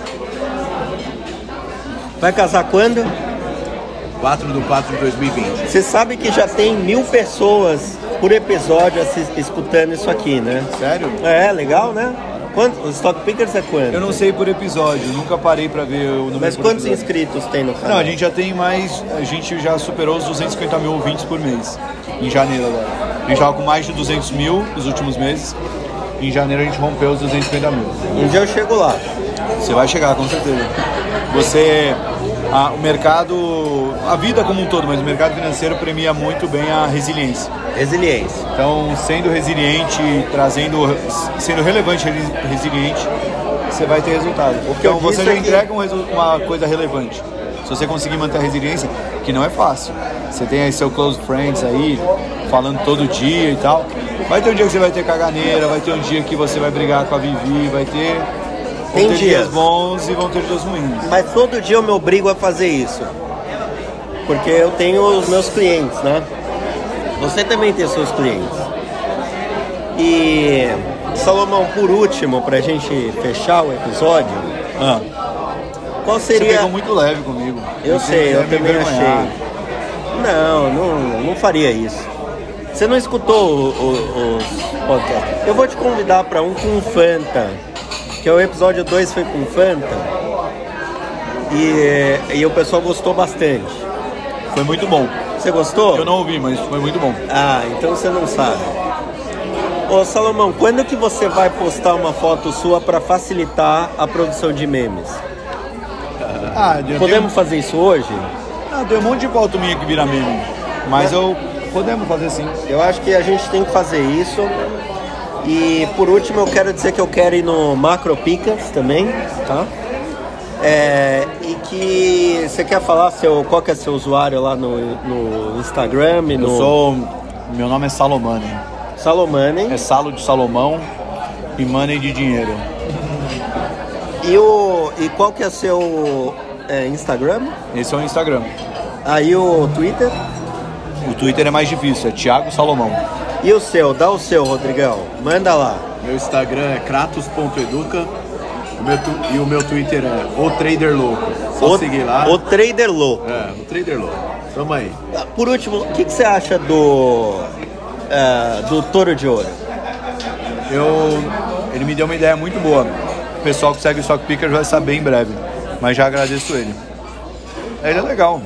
Vai casar quando? é- 4 do 4 de 2020. Você sabe que já tem mil pessoas por episódio assis- escutando isso aqui, né? Sério? É, legal, né? Quanto, os Stock Pickers é quanto? Eu não sei por episódio, nunca parei pra ver o número Mas por quantos episódio. inscritos tem no canal? Não, a gente já tem mais, a gente já superou os 250 mil ouvintes por mês, em janeiro agora. A gente tava com mais de 200 mil nos últimos meses, em janeiro a gente rompeu os 250 mil. Um dia eu chego lá. Você vai chegar, com certeza. Você, a- o mercado, a vida como um todo, mas o mercado financeiro premia muito bem a resiliência. Resiliência. Então, sendo resiliente, trazendo, sendo relevante e resiliente, você vai ter resultado. que eu Então, você disse já é que- entrega um resu- uma coisa relevante. Se você conseguir manter a resiliência, que não é fácil. Você tem aí seu close friends aí, falando todo dia e tal. Vai ter um dia que você vai ter caganeira, vai ter um dia que você vai brigar com a Vivi, vai ter... vão Tem ter dias. bons e vão ter dias ruins. Mas todo dia eu me obrigo a fazer isso. Porque eu tenho os meus clientes, né? Você também tem seus clientes. E, Salomão, por último, pra gente fechar o episódio, Ah, qual você seria. pegou muito leve comigo. Eu Você sei, eu quer é me também envergonhar. achei. Não, não, não faria isso. Você não escutou o, o- o podcast? Eu vou te convidar para um com Fanta, que é o episódio 2 foi com Fanta. E, e o pessoal gostou bastante. Foi muito bom. Você gostou? Eu não ouvi, mas foi muito bom. Ah, então você não sabe. Ô Salomão, quando que você vai postar uma foto sua para facilitar a produção de memes? Ah, eu Podemos fazer isso hoje? tenho- ah, tem um monte de foto minha que vira meme. Mas eu. Podemos fazer sim. Eu acho que a gente tem que fazer isso. E por último, eu quero dizer que eu quero ir no Macro Picas também, tá? É, e que você quer falar seu, qual que é seu usuário lá no, no Instagram? e Eu No sou. Meu nome é Salomani. Salomane. É Salo de Salomão e Money de Dinheiro. E, o, e qual que é seu é, Instagram? Esse é o Instagram. Aí o Twitter. O Twitter é mais difícil, é Thiago Salomão. E o seu? Dá o seu, Rodrigão. Manda lá. Meu Instagram é kratos.educa o meu tu- e o meu Twitter é o Trader Louco. Só seguir lá. O Trader Louco. É, o Trader Louco. Tamo aí. Por último, o que, que você acha do, é, do Touro de Ouro? Eu, ele me deu uma ideia muito boa. O pessoal que segue o Stock Pickers vai saber em breve. Mas já agradeço ele. Ele é legal.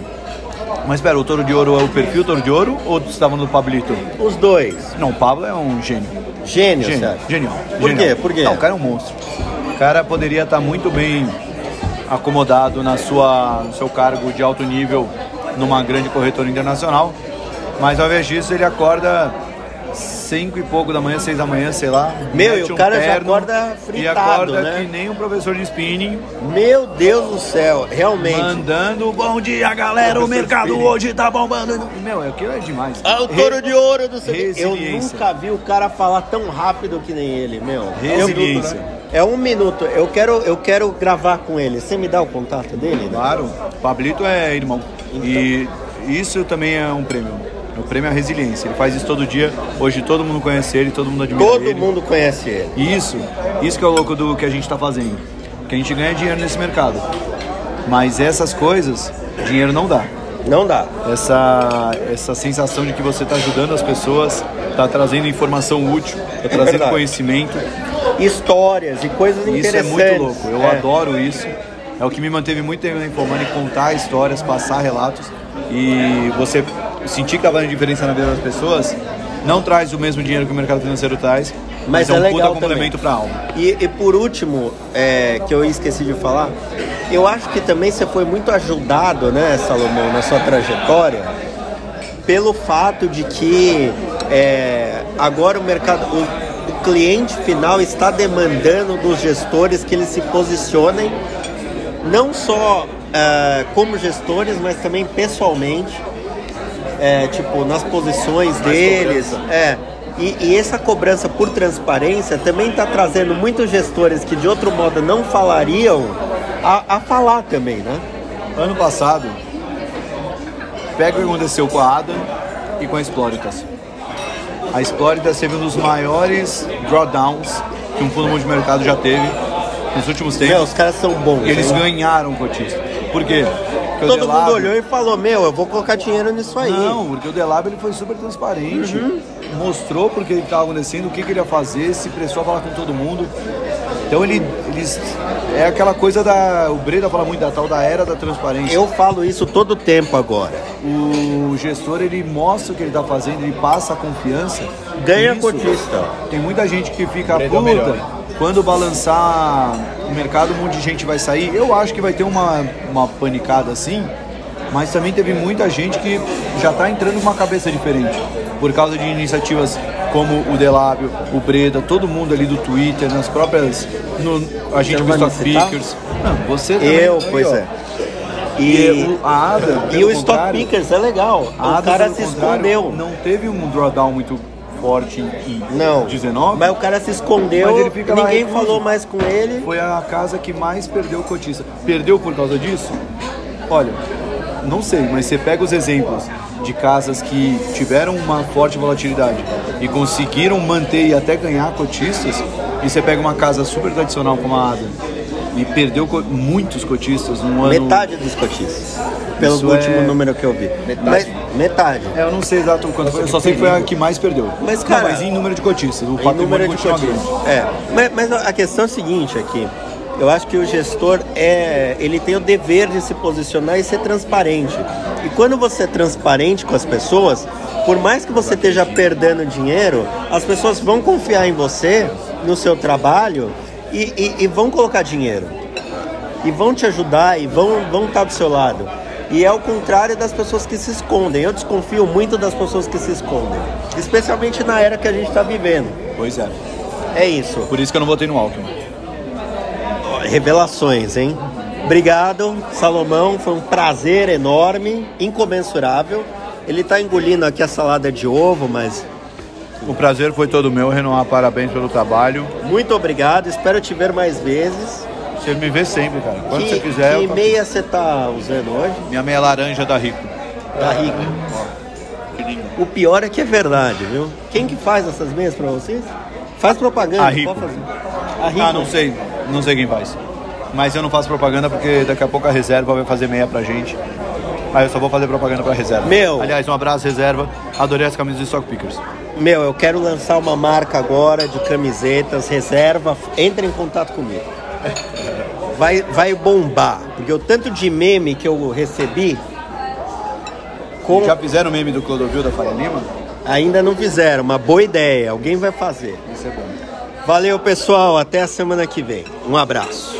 Mas espera, o Toro de Ouro é o perfil Toro de Ouro ou você estava no Pablito? Os dois. Não, o Pablo é um gênio. Gênio, você Genial. acha? Genial. Por genial. quê? Por quê? Não, o cara é um monstro. O cara poderia estar muito bem acomodado na sua, no seu cargo de alto nível numa grande corretora internacional, mas ao invés disso ele acorda cinco e pouco da manhã, seis da manhã, sei lá. Meu, mete um e o cara já terno acorda E fritado, acorda né? que nem um professor de spinning, Meu Deus do céu, realmente. mandando bom dia galera, o mercado hoje tá bombando. Meu, aquilo é demais. Ah, o touro de ouro do sei Eu Resiliência. nunca vi o cara falar tão rápido que nem ele, meu. um Resiliência. É um minuto. Eu quero, eu quero gravar com ele. Você me dá o contato dele? Né? Claro, Pablito é irmão. E isso também é um prêmio. O prêmio é a resiliência. Ele faz isso todo dia. Hoje todo mundo conhece ele, todo mundo admira Todo ele. mundo conhece ele. E isso, isso que é o louco do que a gente está fazendo. Que a gente ganha dinheiro nesse mercado. Mas essas coisas, dinheiro não dá. Não dá. Essa, essa sensação de que você está ajudando as pessoas, está trazendo informação útil, está trazendo É verdade. conhecimento. Histórias e coisas Isso é interessantes. muito louco, eu É. adoro isso. É o que me manteve muito tempo na Infomani, contar histórias, passar relatos. E você sentir que tá fazendo diferença na vida das pessoas, não traz o mesmo dinheiro que o mercado financeiro traz, Mas mas, é um é legal puta complemento também. pra alma. E, e por último, é, que eu esqueci de falar, eu acho que também você foi muito ajudado, né, Salomão, na sua trajetória, pelo fato de que é, agora o mercado, o, o cliente final está demandando dos gestores que eles se posicionem, não só é, como gestores, mas também pessoalmente, é, tipo, nas posições deles. É. E, e essa cobrança por transparência também está trazendo muitos gestores que de outro modo não falariam a, a falar também, né? Ano passado, pega o que aconteceu com a Adam e com a Exploritas. A Exploritas teve um dos maiores drawdowns que um fundo multimercado já teve nos últimos tempos. Meu, os caras são bons. E eles né? ganharam o cotista. Por quê? Porque o Todo mundo Delab- olhou e falou: Meu, eu vou colocar dinheiro nisso aí. Não, porque o Delab ele foi super transparente. Mostrou porque ele estava acontecendo, o que, que ele ia fazer, se prestou a falar com todo mundo. Então ele, eles é aquela coisa da o Breda fala muito da tal da era da transparência. Eu falo isso todo tempo agora. O gestor ele mostra o que ele está fazendo, ele passa a confiança. Ganha Isso, cotista. Tem muita gente que fica Breda é puta. o melhor, hein? Quando balançar o mercado, um monte de gente vai sair. Eu acho que vai ter uma, uma panicada assim, mas também teve muita gente que já está entrando com uma cabeça diferente. Por causa de iniciativas como o Delábio, o Breda, todo mundo ali do Twitter, nas próprias. no- a gente não do Então vai me Stock citar? Pickers. Não, você também. Eu, Aí, pois ó. é. E E, o- a Ada. e pelo o Stock contrário, Pickers é legal. a o cara pelo se contrário, escondeu. Não teve um drawdown muito forte em Não. 19. Mas o cara se escondeu, Mas ele fica lá ninguém recluso. falou mais com ele. Foi a casa que mais perdeu cotista. Perdeu por causa disso? Olha, não sei, mas você pega os exemplos de casas que tiveram uma forte volatilidade e conseguiram manter e até ganhar cotistas, e você pega uma casa super tradicional como a Adam e perdeu co- muitos cotistas num um ano. Metade dos cotistas. Pelo Isso último é- número que eu vi. Metade. Mas- metade. É, eu não sei exato quanto foi, eu só sei que foi a que mais perdeu. Mas, Não, cara, mas em número de cotistas, o Em patrimônio número de continua grande. cotistas. É. Mas, mas a questão é a seguinte aqui. Eu acho que o gestor é, ele tem o dever de se posicionar e ser transparente. E quando você é transparente com as pessoas, por mais que você esteja perdendo dinheiro, as pessoas vão confiar em você, no seu trabalho e- e- e vão colocar dinheiro. e vão te ajudar e vão vão estar do seu lado. E é o contrário das pessoas que se escondem. Eu desconfio muito das pessoas que se escondem, especialmente na era que a gente está tá vivendo. Pois é. É isso. Por isso que eu não votei no Alckmin. Revelações, hein? Obrigado, Salomão. Foi um prazer enorme, incomensurável. Ele tá engolindo aqui a salada de ovo, mas O prazer foi todo meu, Renoir, parabéns pelo trabalho. muito obrigado. Espero te ver mais vezes. Você me vê sempre, cara. Quando que, você quiser. Que eu tô aqui. meia você tá usando hoje? Minha meia laranja da Rico. Ah, Tá rico. O pior é que é verdade, viu? Quem que faz essas meias pra vocês? Faz propaganda, A Ah, Rico. pode fazer. A Rico. Ah, não sei. Não sei quem faz. Mas eu não faço propaganda porque daqui a pouco a reserva vai fazer meia pra gente. Aí eu só vou fazer propaganda pra reserva. Meu. Aliás, um abraço, reserva. Adorei as camisas de Stock Pickers. Meu, eu quero lançar uma marca agora de camisetas, reserva, entra em contato comigo. Vai, vai bombar, porque o tanto de meme que eu recebi com- Já fizeram o meme do Clodovil da Faria Lima? ainda não fizeram, uma boa ideia, alguém vai fazer. Isso é bom. Valeu, pessoal, até a semana que vem. Um abraço.